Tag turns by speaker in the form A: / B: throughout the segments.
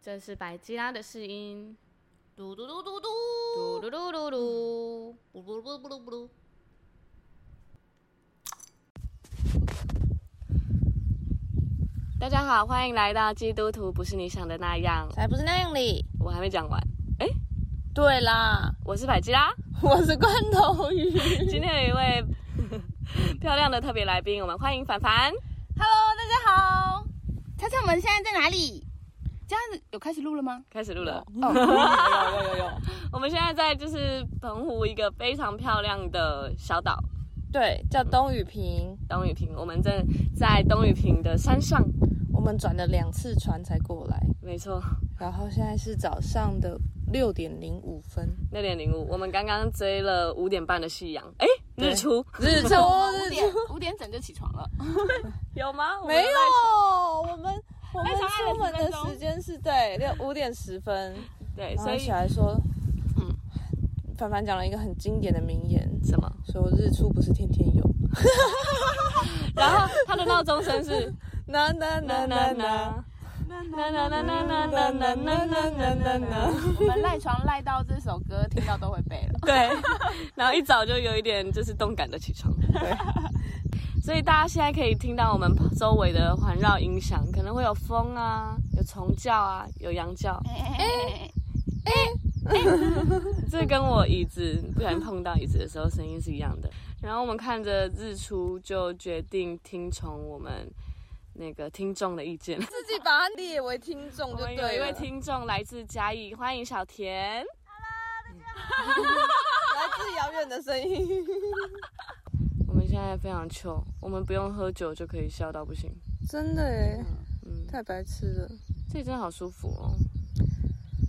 A: 这是百吉拉的试音，
B: 嘟嘟嘟嘟嘟，
A: 嘟噜噜噜噜。
B: 布噜布噜布噜布噜。
A: 大家好，欢迎来到基督徒不是你想的那样。
B: 才不是那样哩！
A: 我还没讲完，
B: 对啦，
A: 我是百吉 拉。
B: 我是罐头 鱼。
A: 今天有一位 漂亮的特别来宾，我们欢迎凡凡。
B: Hello，大家好。
C: 猜猜我们现在在哪里？这样子有开始录了吗？
A: 开始录了，
B: 哦，有有有有有。
A: 我们现在在就是澎湖一个非常漂亮的小岛
B: 对，叫东雨平，
A: 东雨坪，我们正在东雨坪的山上。
B: 我们转了两次船才过来，
A: 没错，
B: 然后现在是早上的六点零五分，
A: 六点零五，我们刚刚追了五点半的夕阳，哎，日出
B: 日出
C: 五
B: 日
C: 点
B: 出。
C: 五点整就起床了，
A: 有吗？我们
B: 没有
A: 在，
B: 我们我们出门的时间是对六五点十分，
A: 对，
B: 然
A: 所
B: 后
A: 以
B: 起来说，
A: 嗯
B: 嗯，凡凡讲了一个很经典的名言，
A: 什么？
B: 说日出不是天天有。
A: 然后他的闹钟声是
B: 呐呐
A: 呐呐
B: 呐呐
A: 呐
B: 呐。
A: 呐呐呐呐呐呐呐呐呐呐呐。
C: 我们赖床赖到这首歌听到都会背了。
A: 对，然后一早就有一点就是动感的起床。对，所以大家现在可以听到我们周围的环绕音响，可能会有风啊，有虫叫啊，有羊叫。这跟我椅子不小心碰到椅子的时候声音是一样的。然后我们看着日出，就决定听从我们那个听众的意见。
B: 自己把它列为听众
A: 我
B: 就
A: 们有
B: 对
A: 一位
B: 了。
A: 听众来自嘉义，欢迎小田。
B: 来自遥远的声音。
A: 我们现在非常糗，我们不用喝酒就可以笑到不行。
B: 真的哎，
A: 嗯，
B: 太白痴了。
A: 这里真的好舒服哦。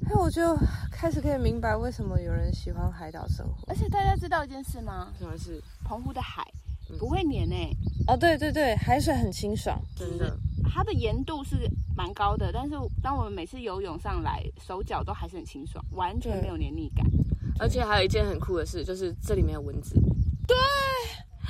B: 哎，我就开始可以明白为什么有人喜欢海岛生活。
C: 而且大家知道一件事吗？
A: 什么事？
C: 澎湖的海不会黏欸诶、
B: 哦，对对对，海水很清爽。
A: 真的，
C: 它的盐度是蛮高的，但是当我们每次游泳上来，手脚都还是很清爽，完全没有黏腻感。
A: 而且还有一件很酷的事，就是这里没有蚊子。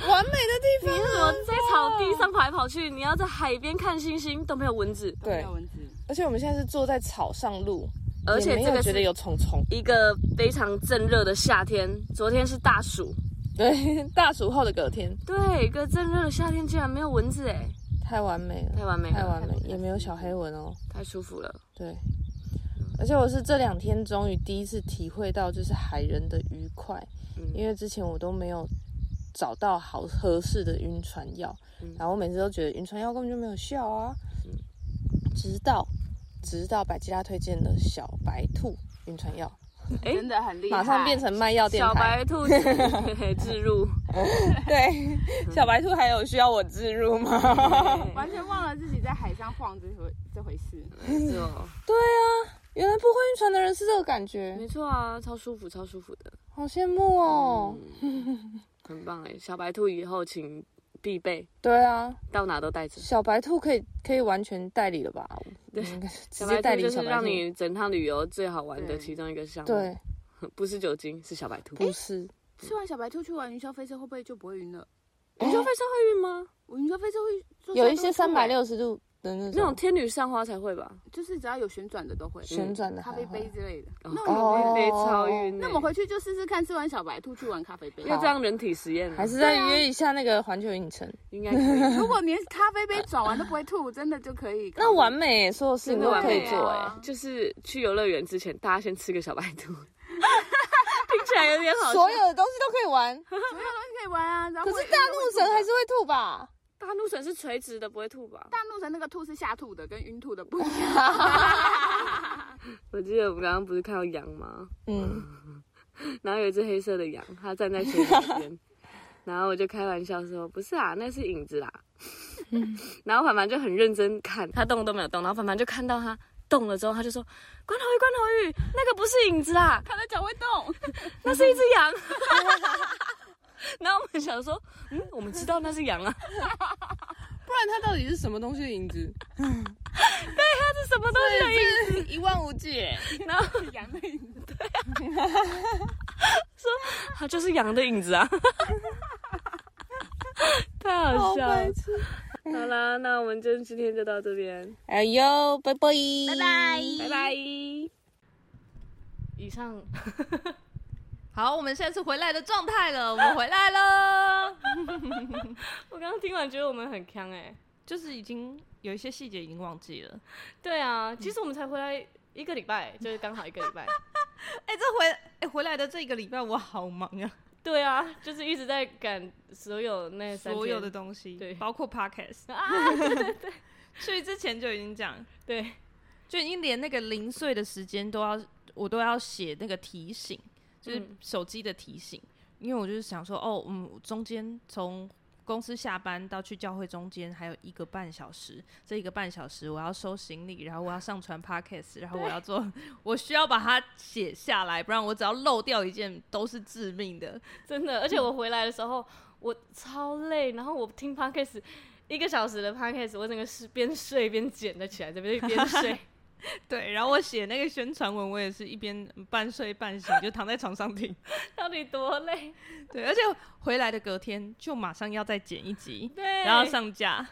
B: 完美的地
A: 你
B: 方。啊
A: 为什么在草地上跑来跑去？你要在海边看星星都没有蚊子，
C: 都没
B: 对
C: 有蚊子，
B: 而且我们现在是坐在草上路，
A: 而
B: 也
A: 且
B: 没
A: 这
B: 有
A: 个
B: 觉得
A: 是
B: 有虫虫。
A: 一个非常正热的夏天，昨天是大暑，
B: 对， 大暑后的隔天
A: 对，一个正热的夏天竟然没有蚊子，哎，
B: 太完美了，
A: 太完美
B: 太
A: 了，
B: 完美，也没有小黑蚊哦。
A: 太舒服了。
B: 对，而且我是这两天终于第一次体会到就是海人的愉快，
A: 嗯
B: 因为之前我都没有找到好合适的晕船药，
A: 嗯
B: 然后我每次都觉得晕船药根本就没有效啊，
A: 嗯
B: 直到直到百吉拉推荐的小白兔晕船药，
A: 哎
C: 真的很厉害，
B: 马上变成卖药电
A: 小
B: 台。
A: 白兔子置入，
B: 对，
A: 嗯
B: 小白兔还有需要我置入吗？
A: 对
C: 完全忘了自己在海上晃这回这回事。
A: 没错，
B: 对啊，原来不会晕船的人是这个感觉，
A: 没错啊，超舒服，超舒服的，
B: 好羡慕哦。
A: 嗯很棒哎！小白兔以后请必备，
B: 对啊，
A: 到哪都带着。
B: 小白兔可以可以完全代理了吧？
A: 对
B: 应该是
A: 小
B: 直
A: 白
B: 接代
A: 兔
B: 理
A: 就是
B: 小白
A: 让
B: 兔。
A: 你整趟旅游最好玩的
C: 对
A: 其中一个项目。
B: 对，，
A: 不是酒精，是小白兔。
B: 不是，
C: 吃完小白兔去玩云霄飞车，会不会就不会晕了？
A: 你说飞车会晕吗？
C: 我云霄飞车会坐下
B: 有一
C: 都
B: 些
C: 会
B: 三
C: 吐
B: 百
C: 欸
B: 六十度的那
A: 那种
B: 种
A: 天女散花才会吧？
C: 就是只要有旋转的都会，
B: 旋转的
C: 咖
B: 还
C: 啡杯
B: 会，
C: 之类的。
A: 哦
C: 那
B: 哦
C: 我
A: 咖
C: 们
A: 啡杯超晕欸。
C: 那我们回去就试试看，吃完小白兔去玩咖啡杯。
A: 要这样人体实验啊，
B: 还是再
C: 对啊
B: 约一下那个环球影城，
A: 应该可以。
C: 如 果连咖啡杯转完都不会吐，真的就可以。
B: 那完美耶，所有事情
A: 真
B: 都
A: 的完
B: 可
A: 美
B: 以
A: 啊
B: 做哎
C: 啊。
A: 就是去游乐园之前，大家先吃个小白 兔，听起来有点好笑。
B: 所有的东西都可以 玩，可
C: 所有东西可以玩啊。然后
B: 是大怒神还是会吐吧？
A: 大怒神是垂直的，不会吐吧？
C: 大怒神那个吐是下吐的，跟晕吐的不一样。
A: 我记得我们刚刚不是看到羊吗？
B: 嗯，
A: 然后有一只黑色的羊，它站在水里边， 然后我就开玩笑说：“不是啊，那是影子啦。”
C: 嗯
A: 然后凡凡就很认真看，他动都没有动，然后凡凡就看到他动了之后，他就说：“关头鱼，关头鱼，那个不是影子啦，
C: 它的脚会动，
A: 那是一只 羊。”然后我们想说：“嗯，我们知道那是羊啊，
B: 不然它到底是什么东西的影子？
A: 这什么东西的影子
B: 对，一望无际耶。
C: 是羊的影子。？”
A: 啊它 就是羊的影子啊，太好笑了。 好啦，那我们就今天就到这边，
D: 哎呦，拜拜，
E: 拜拜，
A: 拜拜。以上
B: 好，我们现在是回来的状态了，我们回来了，
A: 我刚刚听完觉得我们很强哎、
B: 就是已经有一些细节已经忘记了。
A: 对啊，其实我们才回来一个礼拜，就是刚好一个礼 拜。
B: 哎、这回哎、回来的这个礼拜我好忙啊，
A: 对啊，就是一直在赶所有那三天
B: 所有的东西，
A: 对
B: 包括 podcast 啊， 对对对，去之前就已经讲，
A: 对，
B: 就已经连那个零碎的时间都要，我都要写那个提醒，就是
A: 嗯
B: 手机的提醒，因为我就是想说，哦，嗯，我中间从公司下班到去教会中间还有一个半小时，这一个半小时我要收行李，然后我要上传 podcast，然后我要做， 我需要把它写下来，不然我只要漏掉一件都是致命的。
A: 真的，而且我回来的时候我超累，然后我听 podcast 一个小时的 podcast，我整个是边睡边剪的起来，这边边 睡。
B: 对，然后我写那个宣传文，我也是一边半睡半醒，就躺在床上听。
A: 到底多累？
B: 对，而且回来的隔天就马上要再剪一集，
A: 对，
B: 然后上架。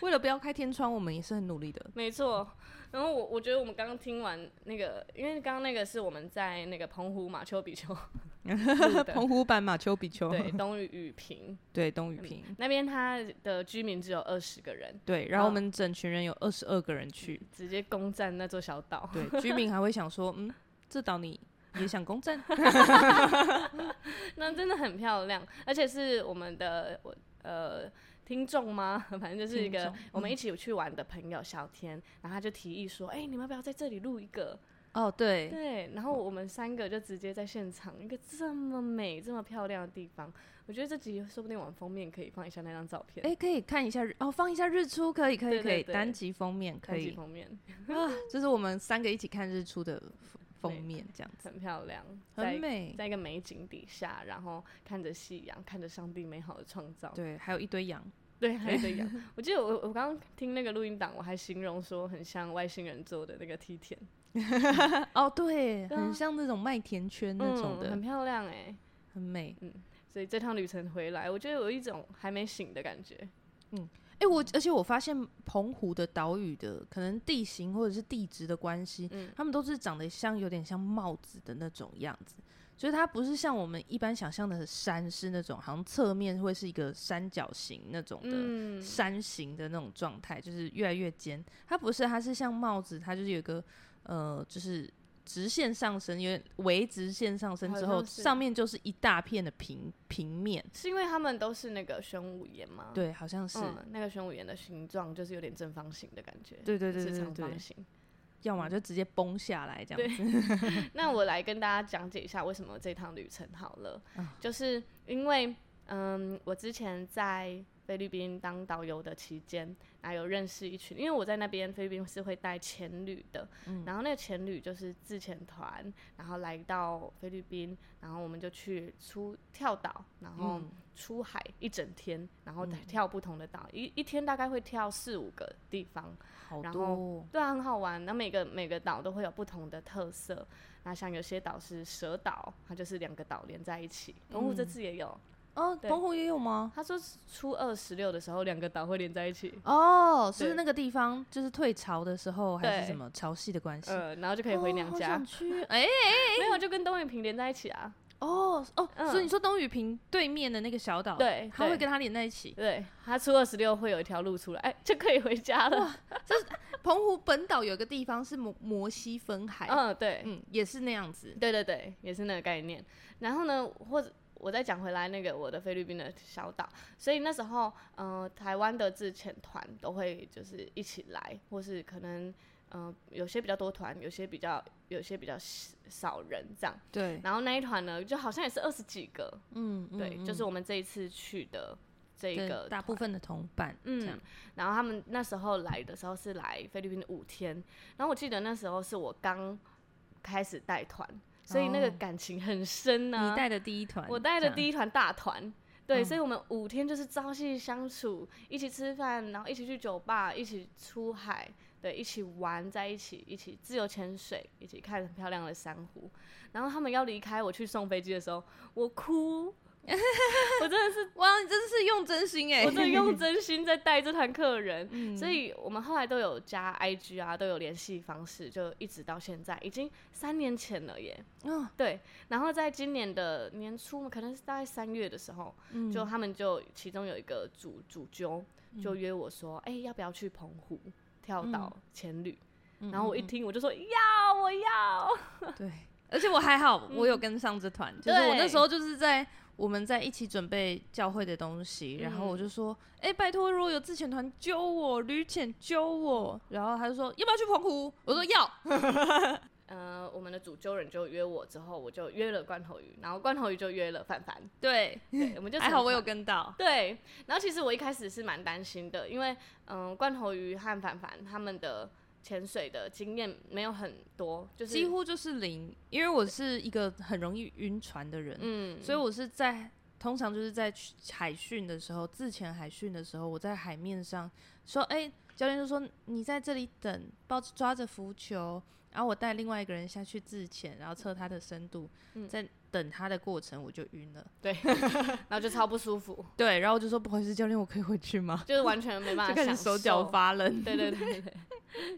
B: 为了不要开天窗，我们也是很努力的。
A: 没错。然后我我觉得我们刚刚听完那个，因为刚刚那个是我们在那个澎湖马丘比 丘录的
B: 澎湖版马丘比丘，
A: 对东屿雨平
B: 对，东雨平，
A: 那边，它的居民只有二十个人，
B: 对，然后我们整群人有二十二个人 去，
A: 直接攻占那座小岛。
B: 对，居民还会想说，嗯，这岛你也想攻占？
A: 那真的很漂亮，而且是我们的我呃听众吗？ 反正就是一
B: 听
A: 个
B: 众嗯
A: 我们一起去玩的朋友小天，然后他就提议说，哎、你们要不要在这里录一个？
B: 哦，对，
A: 对，然
B: 嗯
A: 后我们三个就直接在现场一个这么美、这么漂亮的地方，我觉得这集说不定往封面可以放一下那张照片，
B: 哎，可以看一下日，哦，放一下日出，可以，可以，
A: 对
B: 可以，
A: 对对
B: 单集封面可
A: 看集
B: 以
A: 封面
B: 啊，这是我们三个一起看日出的封
A: 对
B: 面，这样子
A: 很漂亮，
B: 很
A: 在
B: 美。
A: 在一个美景底下，然后看着夕阳，看着上帝美好的创造，
B: 对，还有一堆羊，
A: 对，还有 一个羊。我记得我我刚刚听那个录音档，我还形容说很像外星人做的那个梯田，
B: 哦，对，
A: 对啊
B: 很像那种麦田圈那种
A: 嗯、
B: 的
A: 很，漂亮哎、
B: 很美。
A: 所以这趟旅程回来，我觉得有一种还没醒的感觉。
B: 哎、我而且我发现澎湖的岛屿的可能地形或者是地质的关系，
A: 嗯
B: 他们都是长得像有点像帽子的那种样子，所以它不是像我们一般想象的山是那种好像侧面会是一个三角形那种的
A: 嗯，
B: 山形的那种状态，就是越来越尖。它不是，它是像帽子，它就是有一个呃，就是。直线上升，有点微直线上升之
A: 好
B: 后，
A: 像是
B: 上面就是一大片的平平面，
A: 是因为他们都是那个玄武岩吗？，
B: 对，好像是，
A: 嗯，那个玄武岩的形状就是有点正方形的感觉，
B: 对对
A: 不
B: 对
A: 是
B: 对对
A: 长
B: 对
A: 方，形。
B: 要么就直接崩下来这样子。
A: 那我来跟大家讲解一下为什么这趟旅程好了，
B: 啊
A: 就是因为嗯，我之前在菲律宾当导游的期间，还有认识一群，因为我在那边菲律宾是会带潜旅的，
B: 嗯
A: 然后那个潜旅就是自潜团，然后来到菲律宾，然后我们就去出跳岛，然后
B: 嗯
A: 出海一整天，然后跳不同的岛，一一天大概会跳四五个地方，
B: 好
A: 然
B: 多
A: 后
B: 哦
A: 对啊，很好玩。那每个每个岛都会有不同的特色。那像有些岛是蛇岛，它就是两个岛连在一起。澎
B: 嗯
A: 湖这次也有，
B: 哦，
A: 对
B: 澎湖也有吗？
A: 他说初二十六的时候两个岛会连在一起，
B: 哦，
A: 对
B: 是那个地方，就是退潮的时候还是
A: 对
B: 什么潮汐的关系？
A: 呃，然后就可
B: 可
A: 以回娘家。
B: 想去。哎
A: 没有，就跟东原平连在一起啊。
B: 哦哦，
A: 嗯
B: 所以你说东雨平对面的那个小岛，
A: 对
B: 它会
A: 对
B: 跟它连在一起。
A: 对，他初二十六会有一条路出来，哎，就可以回家了。
B: 澎湖本岛有一个地方是摩摩西分海，
A: 嗯，对，
B: 嗯，也是那样子。
A: 对对对，也是那个概念。然后呢，或者我再讲回来那个我的菲律宾的小岛，所以那时候，呃，台湾的自潜团都会就是一起来，或是可能，呃，有些比较多团，有些比较有些比较少人这样。
B: 对，
A: 然后那一团呢，就好像也是二十几个，
B: 嗯，嗯
A: 对，就
B: 嗯
A: 是我们这一次去的这一
B: 跟
A: 个
B: 大部
A: 团
B: 分的同伴，这样
A: 嗯，然后他们那时候来的时候是来菲律宾的五天，然后我记得那时候是我刚开始带团，所以那个
B: 哦
A: 感情很深呢、
B: 你带的第一团，
A: 我带的
B: 一，
A: 第一团大团，对，
B: 嗯
A: 所以我们五天就是朝夕相处，一起吃饭，然后一起去酒吧，一起出海，对，一起玩在一起，一起自由潜水，一起看很漂亮的珊瑚。然后他们要离开我去送飞机的时候，我哭。 我真的是，
F: 哇，你真是用真心 哎、
A: 我真的用真心在带这团客人。
F: 嗯
A: 所以我们后来都有加 IG 啊，都有联系方式，就一直到现在，已经三年前了耶。
F: 嗯
A: 对，然后在今年的年初，可能是大概三月的时候，
F: 嗯
A: 就他们就其中有一个主主揪就约我说，哎、要不要去澎湖跳岛潜旅？然后我一
F: 嗯嗯嗯
A: 听我就说要，我要。
F: 嗯对，而且我还好，我有跟上这团，就是我
A: 嗯
F: 那
A: 对
F: 时候就是在我们在一起准备教会的东
A: 嗯
F: 西，然后我就说，哎、拜托，如果有自潜团揪我，旅潜揪我，然后他就说要不要去澎湖，我说要，
A: 呃，我们的主揪人就约我之后，我就约了罐头鱼，然后罐头鱼就约了范范，
F: 对，
A: 对，我们就
F: 还好
A: 成
F: 我有
A: 团
F: 跟到，
A: 对，然后其实我一开始是蛮担心的，因为嗯、罐头鱼和凡凡他们的潜水的经验没有很多，就是
F: 几乎就是零，因为我是一个很容易晕船的人，
A: 嗯，
F: 所以我是在通常就是在去海训的时候，自潜海训的时候，我在海面上说，哎、教练就说你在这里等，抱着抓着浮球，然后我带另外一个人下去自潜，然后测他的深度，
A: 嗯
F: 在等他的过程我就晕了，
A: 对，然后就超不舒服，
F: 对，然后我就说不好意思，教练，我可以回去吗？
A: 就是完全没办 法
F: 就开始
A: 享
F: 手脚
A: 受
F: 发冷，
A: 对对对对，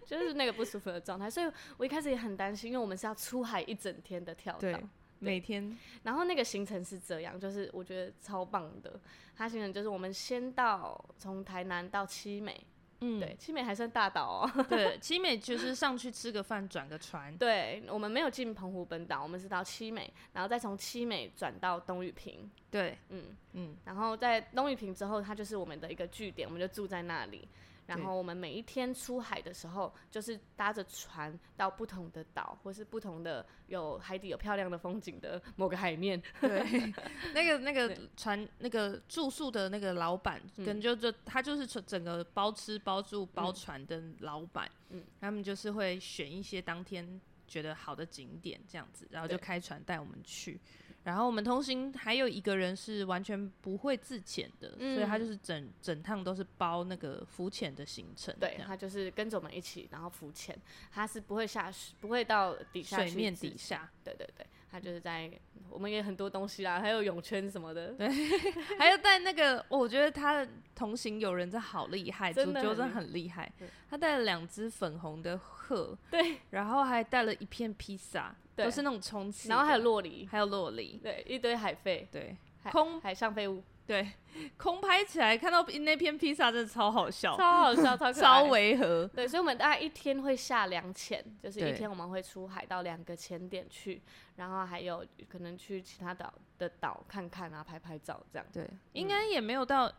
A: 就是那个不舒服的状态，所以我一开始也很担心，因为我们是要出海一整天的跳
F: 对
A: 岛，，
F: 每天
A: 然后那个行程是这样，就是我觉得超棒的，它行程就是我们先到从台南到七美，
F: 嗯
A: 对，七美还算大岛哦，
F: 对，七美就是上去吃个饭，转个船，
A: 对，我们没有进澎湖本岛，我们是到七美，然后再从七美转到东屿平，
F: 对，
A: 嗯，
F: 嗯，
A: 然后在东屿平之后，它就是我们的一个据点，我们就住在那里。然
F: 对
A: 后我们每一天出海的时候，就是搭着船到不同的岛，或是不同的有海底有漂亮的风景的某个海面。
F: 对，那个那个
A: 对
F: 船那个住宿的那个老板，
A: 嗯
F: 跟就就他就是整整个包吃包住包
A: 嗯
F: 船的老板，
A: 嗯
F: 他们就是会选一些当天觉得好的景点这样子，然后就
A: 对
F: 开船带我们去。然后我们同行还有一个人是完全不会自潜的，所
A: 嗯
F: 以他就是整整趟都是包那个浮潜的行程，
A: 对
F: 这，样
A: 他就是跟着我们一起，然后浮潜，他是不会下水，不会到底下
F: 水
A: 去
F: 面
A: 自
F: 底下，
A: 对对对，他就是在我们也很多东西啦，还有泳圈什么的。
F: 还有带那个，哦我觉得他的同行友人真好厉害，主
A: 真
F: 角
A: 的
F: 真的
A: 很厉
F: 很厉害
A: 对。
F: 他带了两只粉红的鹤，
A: 对，
F: 然后还带了一片披萨，
A: 对
F: 都是那种充气的，
A: 然后还有洛梨，
F: 还有洛梨，
A: 对，一堆海费，
F: 对，
A: 海
F: 空
A: 海上废物，
F: 对，空拍起来看到那片披萨真的超好笑，
A: 超好笑，超可爱。
F: 哦
A: 嗯
F: 超违和，
A: 对，所以我们大概一天会下两潜，就是
F: 对
A: 一天我们会出海到两个潜点去，然后还有可能去其他岛的岛看看啊，拍拍照这样。
F: 对，应该也没有到，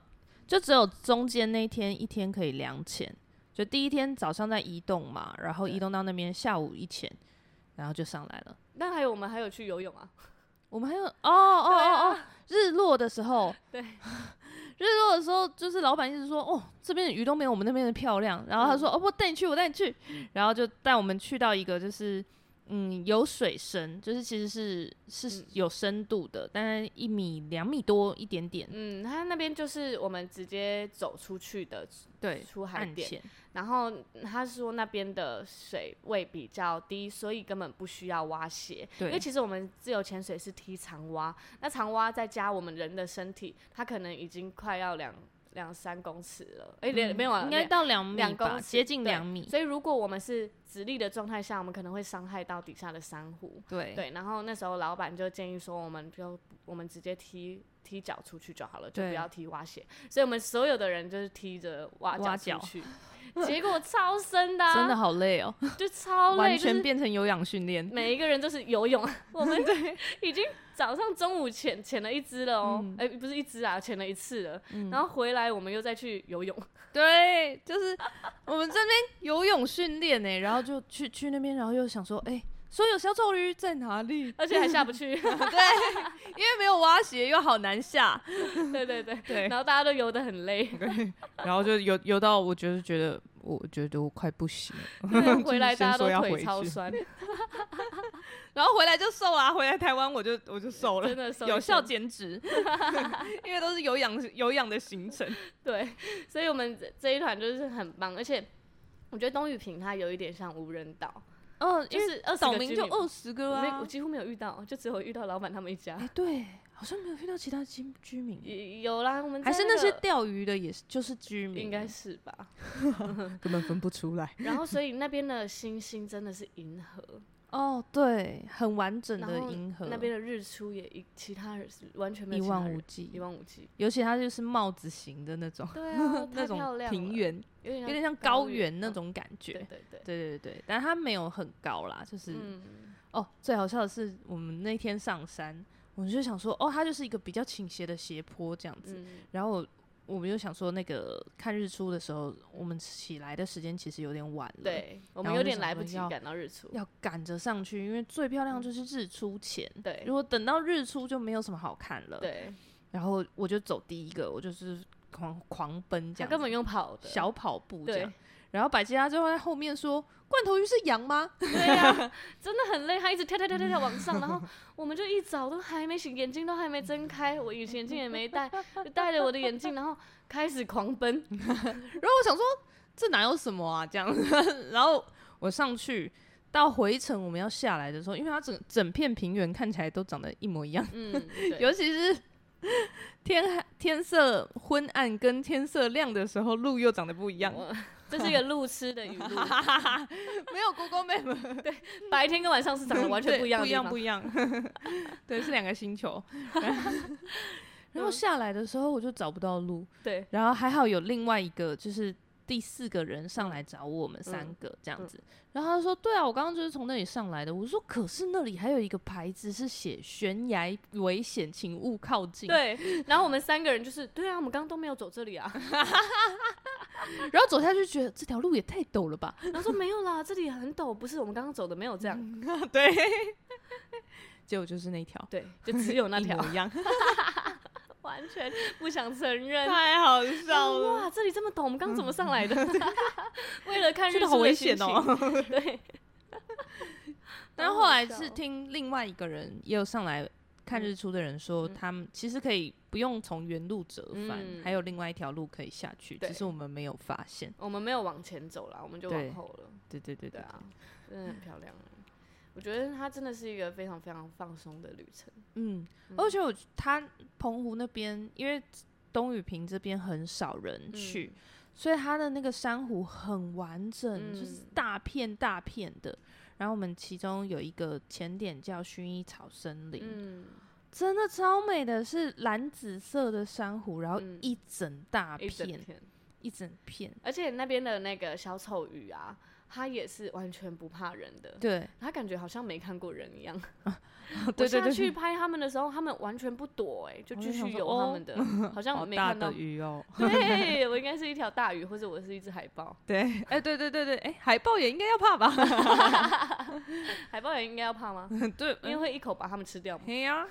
F: 就只有中间那天一天可以两潜，就第一天早上在移动嘛，然后移
A: 对
F: 动到那边下午一潜，然后就上来了。
A: 那还有我们还有去游泳啊，
F: 我们还有哦哦
A: 对
F: 哦
A: 啊
F: 哦，日落的时候，
A: 对，
F: 日落的时候就是老板一直说哦，这边的鱼都没有我们那边的漂亮，然后
A: 嗯
F: 他说、哦，我带你去，我带你去，然后就带我们去到一个就是嗯有水深，就是其实是是
A: 嗯
F: 有深度的，但是一米两米多一点点，
A: 嗯，它那边就是我们直接走出去的
F: 对，
A: 出海
F: 岸
A: 点，
F: 浅，
A: 然后他说那边的水位比较低，所以根本不需要挖鞋。因为
F: 对
A: 其实我们自由潜水是踢长蛙，那长蛙再加我们人的身体，它可能已经快要两两三公尺了，哎、两没有啊，
F: 嗯应该
A: 两
F: 到两米
A: 两
F: 吧，
A: 公尺，
F: 接近
A: 对
F: 两米，
A: 所以如果我们是直立的状态下，我们可能会伤害到底下的珊瑚。
F: 对
A: 对，然后那时候老板就建议说，我们就我们直接踢踢脚出去就好了，就
F: 对
A: 不要踢蛙鞋。所以我们所有的人就是踢着蛙
F: 蛙
A: 脚
F: 脚
A: 出去，结果超深的、啊，
F: 真的好累哦，
A: 就超累，
F: 完
A: 就
F: 全
A: 是
F: 变成有氧训练，
A: 每一个人都是游 泳，我们已经早上、中午潜潜了一只了哦，
F: 嗯
A: 哎、不是一只啊，潜了一次了，
F: 嗯
A: 然后回来我们又再去游 泳，
F: 对，就是我们这边游泳训练呢，然后就去去那边，然后又想说，哎、说有小丑鱼在哪里？
A: 而且还下不去，
F: 对，因为没有蛙鞋，又好难下。
A: 对对对，
F: 对
A: 然后大家都游得很累，
F: 然后就游游到，我就是觉得，我觉得我快不行了。
A: 对回来
F: 就
A: 大
F: 是先
A: 家
F: 说
A: 都
F: 要回
A: 腿
F: 去
A: 超 酸，
F: 然后回来就瘦啦，回来台湾我就我就瘦了
A: 真。的瘦一
F: 有效
A: 圈
F: 减脂，因为都是有氧有氧的行程。
A: 对，所以我们这这一团就是很棒，而且我觉得东雨平它有一点像无人岛，
F: 嗯、
A: 就是二
F: 岛民就二十
A: 我
F: 个
A: 没我
F: 啊。
A: 几乎没有遇到，就只有遇到老板他们一家，
F: 哎，对，好像没有遇到其他居居民，
A: 有啦，我们
F: 还
A: 在
F: 是那些
A: 个
F: 钓鱼的也是就是居民，
A: 应该是 吧。
F: 根本分不出来。
A: 然后所以那边的星星真的是银河，
F: 哦，对，很完整
A: 然
F: 的
A: 后
F: 银河，
A: 那边的日出也一其他人是完全没
F: 一
A: 有其他
F: 望
A: 人
F: 无际
A: 一望无 际。
F: 尤其它就是帽子型的那种，，
A: 对啊
F: 那
A: 太漂
F: 种
A: 亮
F: 平
A: 了，
F: 原，
A: 有点
F: 有
A: 有
F: 点像高原那。种感觉。
A: 对对嗯对，
F: 对对对，但它没有很高啦，就是、
A: 嗯，
F: 哦，最好笑的是我们那天上山，我们就想说，哦，它就是一个比较倾斜的斜坡这样子，
A: 嗯
F: 然后我我们就想说，那个看日出的时候，我们起来的时间其实有点晚了，，
A: 对，我
F: 然
A: 们有
F: 后就
A: 点
F: 想
A: 来
F: 说
A: 不及
F: 要
A: 赶到日出。
F: 要赶着上去，因为最漂亮就是日出前。
A: 嗯对
F: 如果等到日出就没有什么好看了，。
A: 对，
F: 然后我就走第一个，我就是狂狂奔这
A: 他
F: 样子，
A: 根本用跑的。
F: 小跑步这
A: 对
F: 样。然后百吉拉就在后面说：“罐头鱼是羊吗
A: 对呀、真的很累，他一直跳跳跳跳跳往上，然后我们就一早都还没醒，眼睛都还没睁开，我隐形眼镜也没戴，就戴着我的眼镜，然后开始狂奔。？”
F: 然后我想说：“这哪有什么啊？”这样， 然后我上去到回程我们要下来的时候，因为它整整片平原看起来都长得一模一样，
A: 嗯，对
F: 尤其是天黑天色昏暗跟天色亮的时候，路又长得不一样，
A: 我这是一个路痴的语录，
F: 没有 Google Map
A: 白天跟晚上是长得 完全
F: 对
A: 不
F: 不
A: 一样的
F: 一
A: 地
F: 样，
A: 方。
F: 不一样， 对，是两个星球。然
A: 嗯
F: 后下来的时候我就找不到路，
A: 对，
F: 然后还好有另外一个，就是第四个人上来找我们三
A: 嗯
F: 个这样子。然后他说：“对啊，我刚刚就是从那里上来的。”我说：“可是那里还有一个牌子是写悬崖危险，请勿靠近。”。
A: 对，然后我们三个人就是，对啊，我们刚刚都没有走这里啊。
F: 然后走下去觉得这条路也太陡了吧？
A: 然后说没有啦，这里很陡，不是我们刚刚走的没有这
F: 嗯
A: 样。
F: 对。结果就是那条，
A: 对，就只有那
F: 一
A: 条
F: 模，一样，
A: 完全不想承认。
F: 太好笑了。
A: 哇，这里这么陡，我们刚刚怎么上来的？ 为了看日
F: 嗯真
A: 出
F: 的好危
A: 心
F: 险哦
A: 情！ 对，
F: 但
A: 哦
F: 后来是听另外一个人也有上来
A: 嗯
F: 看日出的人说，他们其实可以不用从原路折返，
A: 嗯
F: 还有另外一条路可以下去，
A: 对
F: 只是我们没有发现。
A: 我们没有往前走了，我们就
F: 对
A: 往后了。
F: 对对对
A: 对
F: 对
A: 啊，真的很漂亮。我觉得它真的是一个非常非常放松的旅程。
F: 嗯，而且我他澎湖那边，因为东雨平这边很少
A: 嗯
F: 人去，所以它的那个珊瑚很完整，就是
A: 嗯
F: 大片大片的。然后我们其中有一个前点叫薰衣草森林，
A: 嗯，
F: 真的超美的，是蓝紫色的珊瑚，然后
A: 嗯
F: 一整大
A: 一
F: 片，
A: 整嗯天，
F: 一整片，
A: 而且那边的那个小丑鱼啊，它也是完全不怕人的，
F: 对
A: 它感觉好像没看过人一样。
F: 哦 对对
A: 我下
F: 对，
A: 去拍他们的时候，他们完全不躲、哎，就
F: 我
A: 继
F: 就想
A: 续
F: 说
A: 游
F: 哦
A: 他们的， 好像
F: 好
A: 没
F: 大
A: 看到
F: 的。鱼哦，
A: 对，我应该是一条大鱼，或者我是一只海豹。
F: 对，哎、对对对对，哎、海豹也应该要怕吧？
A: 海豹也应该要怕吗？
F: 对，
A: 因为会一口把它们吃掉吗？
F: 嘿 呀、